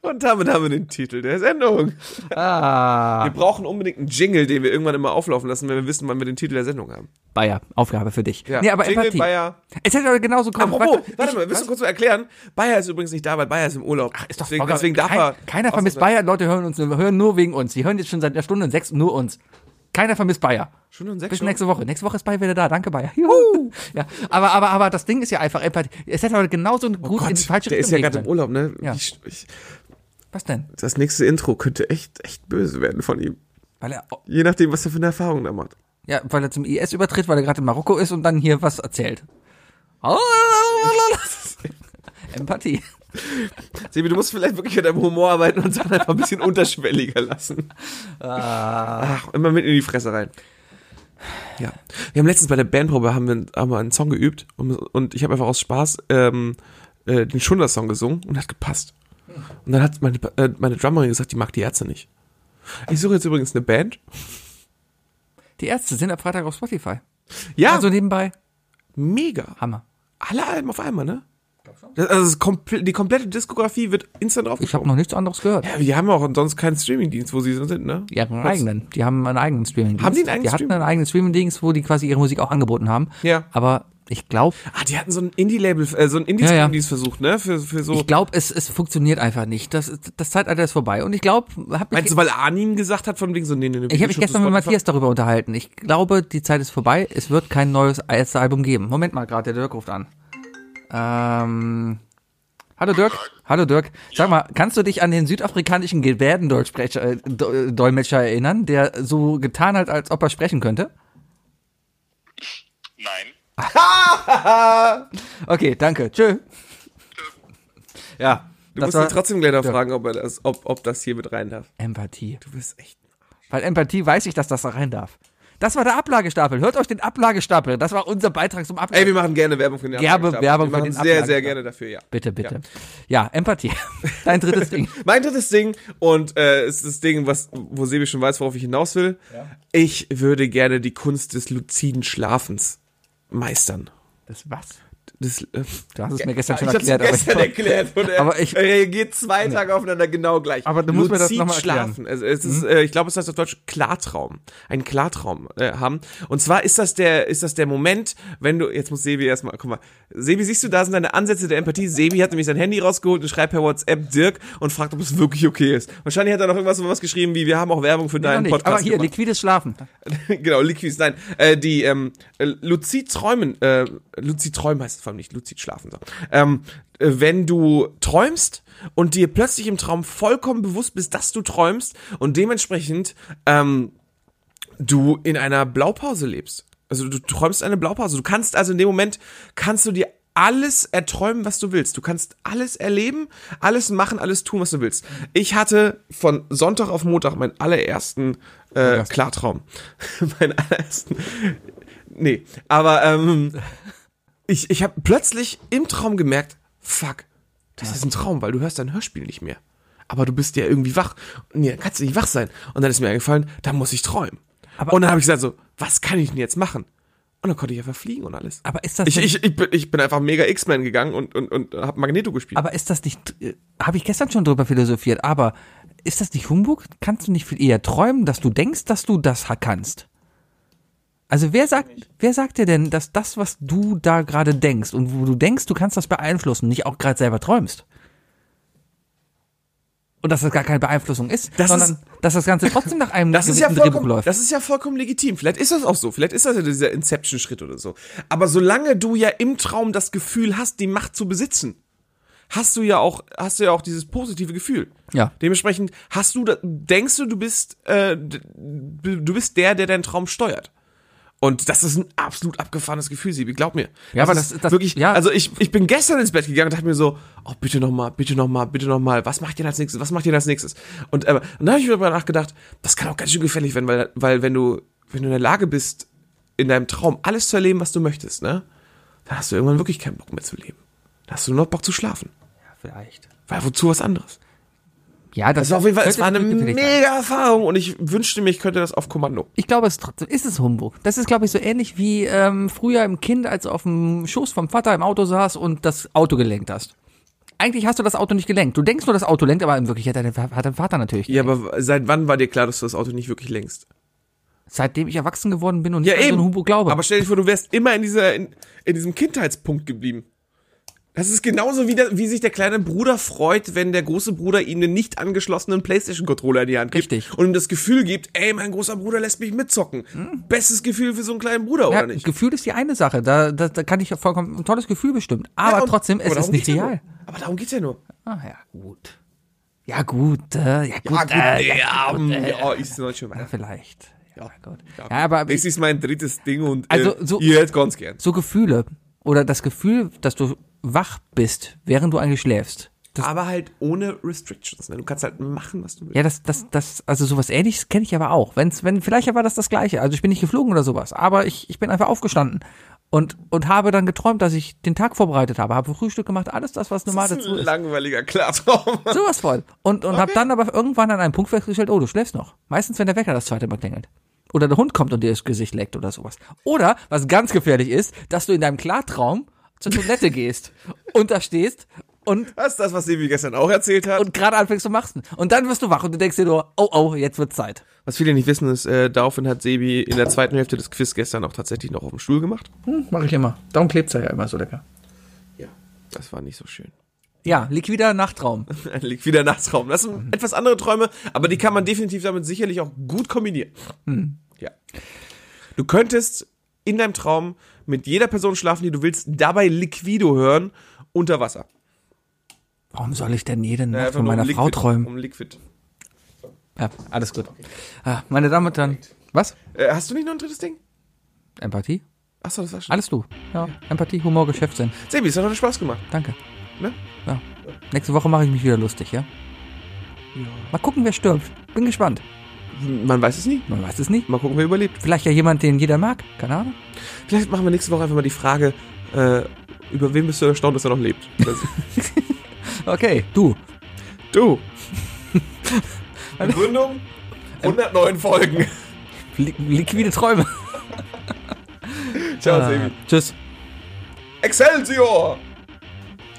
B: Und damit haben wir den Titel der Sendung.
A: Ah.
B: Wir brauchen unbedingt einen Jingle, den wir irgendwann immer auflaufen lassen, wenn wir wissen, wann wir den Titel der Sendung haben.
A: Bayer, Aufgabe für dich.
B: Ja,
A: Nee, aber
B: Jingle,
A: Empathie.
B: Bayer.
A: Es hätte aber genauso kommen.
B: Apropos,
A: Warte,
B: warte
A: ich-
B: mal, willst du kurz mal erklären? Bayer ist übrigens nicht da, weil Bayer ist im Urlaub. Ach,
A: Ist doch
B: deswegen,
A: vollkommen-
B: deswegen darf
A: kein,
B: er.
A: Keiner vermisst Bayer. Leute hören uns nur, hören nur wegen uns. Die hören jetzt schon seit einer Stunde und sechs nur uns. Keiner vermisst Bayer.
B: Stunde und um sechs
A: Bis
B: Stunden.
A: nächste Woche. Nächste Woche ist Bayer wieder da. Danke, Bayer. Juhu. Ja, aber, aber, aber das Ding ist ja einfach Empathie. Es genau hätte aber genauso gut in die falsche
B: Oh der ist
A: Richtung
B: ja
A: gehen
B: gerade im
A: können.
B: Urlaub, ne?
A: Ja.
B: Ich, ich,
A: Was denn?
B: das nächste Intro könnte echt, echt böse werden von ihm.
A: Weil er,
B: Je nachdem, was er für eine Erfahrung da macht.
A: ja, weil er zum IS übertritt, weil er gerade in Marokko ist und dann hier was erzählt. Empathie.
B: Sebi, du musst vielleicht wirklich an deinem Humor arbeiten und Sachen einfach ein bisschen unterschwelliger lassen.
A: Ah.
B: Ach, immer mit in die Fresse rein. Ja. Wir haben letztens bei der Bandprobe haben wir, haben wir einen Song geübt und, und ich habe einfach aus Spaß ähm, äh, den Schunder-Song gesungen und hat gepasst. Und dann hat meine, äh, meine Drummerin gesagt, die mag die Ärzte nicht. Ich suche jetzt übrigens eine Band.
A: Die Ärzte sind ab Freitag auf Spotify.
B: Ja,
A: Also nebenbei,
B: mega.
A: Hammer.
B: Alle Alben auf einmal, ne? Das, also das ist komple die komplette Diskografie wird instant
A: Ich habe
B: aufgeschoben.
A: noch nichts anderes gehört.
B: Ja, wir haben auch sonst keinen Streamingdienst, wo sie so sind, ne?
A: Die haben einen eigenen. Die haben einen eigenen Streaming-Dienst.
B: Haben die einen eigenen
A: Die hatten
B: Stream-
A: einen eigenen Streaming-Dienst, wo die quasi ihre Musik auch angeboten haben.
B: Ja.
A: Aber ich glaube,
B: Ah, die hatten so ein Indie-Label, äh, so ein indie
A: Ja, ja.
B: streamingdienst versucht, ne? Für, für so.
A: ich glaube, es, es funktioniert einfach nicht. Das, ist- das Zeitalter ist vorbei. Und ich glaube, hab mich,
B: Meinst du, weil Arnim gesagt hat, von wegen so, nee, nee, nee.
A: ich habe mich
B: Videoshop
A: gestern mit
B: ist Spotify?
A: Matthias darüber unterhalten. Ich glaube, die Zeit ist vorbei. Es wird kein neues erste Album geben. Moment mal, gerade der Dirk ruft an. Ähm, hallo Dirk. Hallo Dirk. Sag mal, kannst du dich an den südafrikanischen Gebärdendolmetscher äh, Do- Dolmetscher erinnern, der so getan hat, als ob er sprechen könnte?
D: Nein.
A: Okay, danke. Tschö. Ja.
B: Du musst ihn trotzdem gleich noch fragen, ob, er das, ob, ob das hier mit rein darf.
A: Empathie.
B: Du bist echt.
A: Weil Empathie weiß ich, dass das da rein darf. Das war der Ablagestapel. Hört euch den Ablagestapel. Das war unser Beitrag zum Ablage.
B: Ey, wir machen gerne Werbung für den
A: Gerbe-
B: Ablagestapel.
A: Werbung für
B: Wir machen
A: den
B: sehr, sehr
A: Ablagestapel.
B: gerne dafür, ja.
A: bitte, bitte. Ja, Empathie. Dein drittes Ding.
B: Mein drittes Ding und äh, ist das Ding, was, wo Sebi schon weiß, worauf ich hinaus will. Ich würde gerne die Kunst des luziden Schlafens meistern.
A: Das was?
B: Das, äh,
A: Du hast es mir gestern
B: ich
A: schon
B: hab's
A: erklärt. aber
B: gestern
A: ich-
B: erklärt und er
A: Aber ich-
B: reagiert zwei Tage aufeinander genau gleich.
A: Aber du musst mir das
B: Luzid
A: noch mal erklären. Hm?
B: schlafen. Also es ist, äh, ich glaube, es heißt auf Deutsch Klartraum. Einen Klartraum äh, haben. Und zwar ist das der, ist das der Moment, wenn du, jetzt muss Sebi erstmal, guck mal, Sebi, siehst du, da sind deine Ansätze der Empathie. Sebi hat nämlich sein Handy rausgeholt und schreibt per WhatsApp Dirk und fragt, ob es wirklich okay ist. Wahrscheinlich hat er noch irgendwas was geschrieben, wie wir haben auch Werbung für
A: Noch
B: deinen
A: nicht.
B: Podcast
A: aber hier,
B: gemacht
A: liquides Schlafen.
B: genau, Liquis, nein. Äh, die ähm, äh, Luzid träumen, äh, Luzid träumen heißt es vor allem nicht, Luzid schlafen. So. Ähm, äh, wenn du träumst und dir plötzlich im Traum vollkommen bewusst bist, dass du träumst und dementsprechend ähm, du in einer Blaupause lebst. Also du träumst eine Blaupause. Du kannst also in dem Moment, kannst du dir alles erträumen, was du willst. Du kannst alles erleben, alles machen, alles tun, was du willst. Ich hatte von Sonntag auf Montag meinen allerersten äh, Klartraum. meinen allerersten. Nee, aber ähm, ich, ich habe plötzlich im Traum gemerkt, fuck, das ist ein Traum, weil du hörst dein Hörspiel nicht mehr. Aber du bist ja irgendwie wach. Nee, dann kannst du nicht wach sein. Und dann ist mir eingefallen, da muss ich träumen.
A: Aber-
B: und dann habe ich gesagt so, was kann ich denn jetzt machen? Und dann konnte ich einfach fliegen und alles.
A: Aber ist das
B: ich,
A: denn-
B: ich, ich, bin, ich bin einfach mega X-Men gegangen und, und, und habe Magneto gespielt.
A: Aber ist das nicht, habe ich gestern schon drüber philosophiert, aber ist das nicht Humbug? Kannst du nicht viel eher träumen, dass du denkst, dass du das ha- kannst? Also wer sagt, wer sagt dir denn, dass das, was du da gerade denkst und wo du denkst, du kannst das beeinflussen, nicht auch gerade selber träumst? Und dass das gar keine Beeinflussung ist,
B: Das
A: sondern
B: ist-
A: dass das Ganze trotzdem nach einem
B: Das ist, ja
A: gewissen Drehbuch
B: vollkommen,
A: läuft.
B: das ist ja vollkommen legitim. Vielleicht ist das auch so. Vielleicht ist das ja dieser Inception-Schritt oder so. Aber solange du ja im Traum das Gefühl hast, die Macht zu besitzen, hast du ja auch, hast du ja auch dieses positive Gefühl.
A: Ja.
B: Dementsprechend hast du, da- denkst du, du bist, äh, d- du bist der, der deinen Traum steuert. Und das ist ein absolut abgefahrenes Gefühl, Sibi, glaub mir.
A: Ja, aber das-
B: ist
A: das-
B: wirklich,
A: ja.
B: also ich, ich bin gestern ins Bett gegangen und dachte mir so, oh, bitte nochmal, bitte nochmal, bitte nochmal, was macht ihr denn als nächstes, was macht ihr denn als nächstes? Und, äh, und dann habe ich mir darüber nachgedacht, das kann auch ganz schön gefährlich werden, weil, weil wenn du, wenn du in der Lage bist, in deinem Traum alles zu erleben, was du möchtest, ne, dann hast du irgendwann wirklich keinen Bock mehr zu leben. Dann hast du nur noch Bock zu schlafen.
A: vielleicht.
B: Weil wozu was anderes?
A: Ja, das,
B: Also auf jeden Fall, es war eine
A: könnte vielleicht sein.
B: mega Erfahrung und ich wünschte mir, ich könnte das auf Kommando.
A: Ich glaube, es ist trotzdem ist es Humbug. Das ist, glaube ich, so ähnlich wie ähm, früher im Kind, als du auf dem Schoß vom Vater im Auto saß und das Auto gelenkt hast. Eigentlich hast du das Auto nicht gelenkt. Du denkst nur, das Auto lenkt, aber in Wirklichkeit hat dein, hat dein Vater natürlich.
B: Ja, aber seit wann war dir klar, dass du das Auto nicht wirklich längst?
A: Seitdem ich erwachsen geworden bin und nicht an so einen Humbug glaube.
B: Aber stell dir vor, du wärst immer in, dieser, in, in diesem Kindheitspunkt geblieben. Das ist genauso wie, der, wie sich der kleine Bruder freut, wenn der große Bruder ihm den nicht angeschlossenen PlayStation-Controller in die Hand gibt
A: Richtig.
B: und ihm das Gefühl gibt, ey, mein großer Bruder lässt mich mitzocken. Bestes Gefühl für so einen kleinen Bruder,
A: Hm. ja,
B: oder nicht?
A: Gefühl ist die eine Sache. Da, da, da kann ich ja vollkommen ein tolles Gefühl bestimmen. Aber
B: Ja, und-
A: trotzdem, es
B: aber
A: ist
B: darum
A: nicht
B: geht's ja
A: real.
B: nur. Aber darum geht's ja nur.
A: Ah ja, gut. Ja, gut. Äh, ja, gut.
B: Ah, gut,
A: äh,
B: nee, ja, mm, ja, ich schon
A: ja,
B: mal.
A: vielleicht. Ja, gut. Ja,
B: Ja,
A: aber
B: das ist mein drittes Ding und
A: Also,
B: äh,
A: so-
B: ihr hättet ganz gern.
A: so Gefühle oder das Gefühl, dass du wach bist, während du eigentlich schläfst. Das,
B: Aber halt ohne Restrictions. Ne? Du kannst halt machen, was du willst.
A: ja, das, das, das, also sowas ähnliches kenne ich aber auch. Wenn's, wenn, vielleicht war das das Gleiche. Also ich bin nicht geflogen oder sowas, aber ich, ich bin einfach aufgestanden und, und habe dann geträumt, dass ich den Tag vorbereitet habe, habe Frühstück gemacht, alles das, was normal
B: das ist
A: dazu
B: ein
A: ist.
B: langweiliger Klartraum.
A: Sowas voll. Und, und habe dann aber irgendwann an einem Punkt festgestellt, oh, du schläfst noch. Meistens, wenn der Wecker das zweite Mal klingelt. Oder der Hund kommt und dir das Gesicht leckt oder sowas. Oder, was ganz gefährlich ist, dass du in deinem Klartraum zur Toilette gehst und da stehst und,
B: Das ist das, was Sebi gestern auch erzählt hat.
A: und gerade anfängst zu machen. Und dann wirst du wach und du denkst dir nur, oh, oh, jetzt wird Zeit.
B: was viele nicht wissen, ist, äh, daraufhin hat Sebi in der zweiten Hälfte des Quiz gestern auch tatsächlich noch auf dem Stuhl gemacht.
A: Mache Hm, ich immer. Darum klebt's ja immer so lecker.
B: Ja. Das war nicht so schön.
A: Ja, liquider Nachtraum.
B: Ein liquider Nachtraum. Das sind etwas andere Träume, aber die kann man definitiv damit sicherlich auch gut kombinieren. Ja. Du könntest in deinem Traum mit jeder Person schlafen, die du willst, dabei Liquido hören, unter Wasser.
A: Warum soll ich denn jede
B: Äh,
A: Nacht
B: einfach
A: von
B: nur
A: meiner
B: um
A: Frau
B: Liquid-
A: träumen?
B: Um Liquid.
A: Ja, alles gut. Ah, meine Damen und Herren, was?
B: Äh, hast du nicht noch ein drittes Ding?
A: Empathie?
B: Achso, das war schon.
A: Alles du. Ja, Empathie, Humor, Geschäftssinn.
B: Sebi, es hat heute Spaß gemacht.
A: Danke.
B: Ne?
A: Ja. Nächste Woche mache ich mich wieder lustig, ja? Mal gucken, wer stirbt. Bin gespannt.
B: Man weiß es nie.
A: Man weiß es nicht.
B: Mal gucken, wer überlebt.
A: Vielleicht ja jemand, den jeder mag. Keine Ahnung.
B: Vielleicht machen wir nächste Woche einfach mal die Frage, äh, über wen bist du erstaunt, dass er noch lebt? Das,
A: Okay, du.
B: du. Gründung 109 Folgen.
A: Li liquide Träume. Äh,
B: Ciao, Sebi.
A: Tschüss.
B: Excelsior!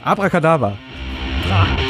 A: Abracadabra.
D: Drei.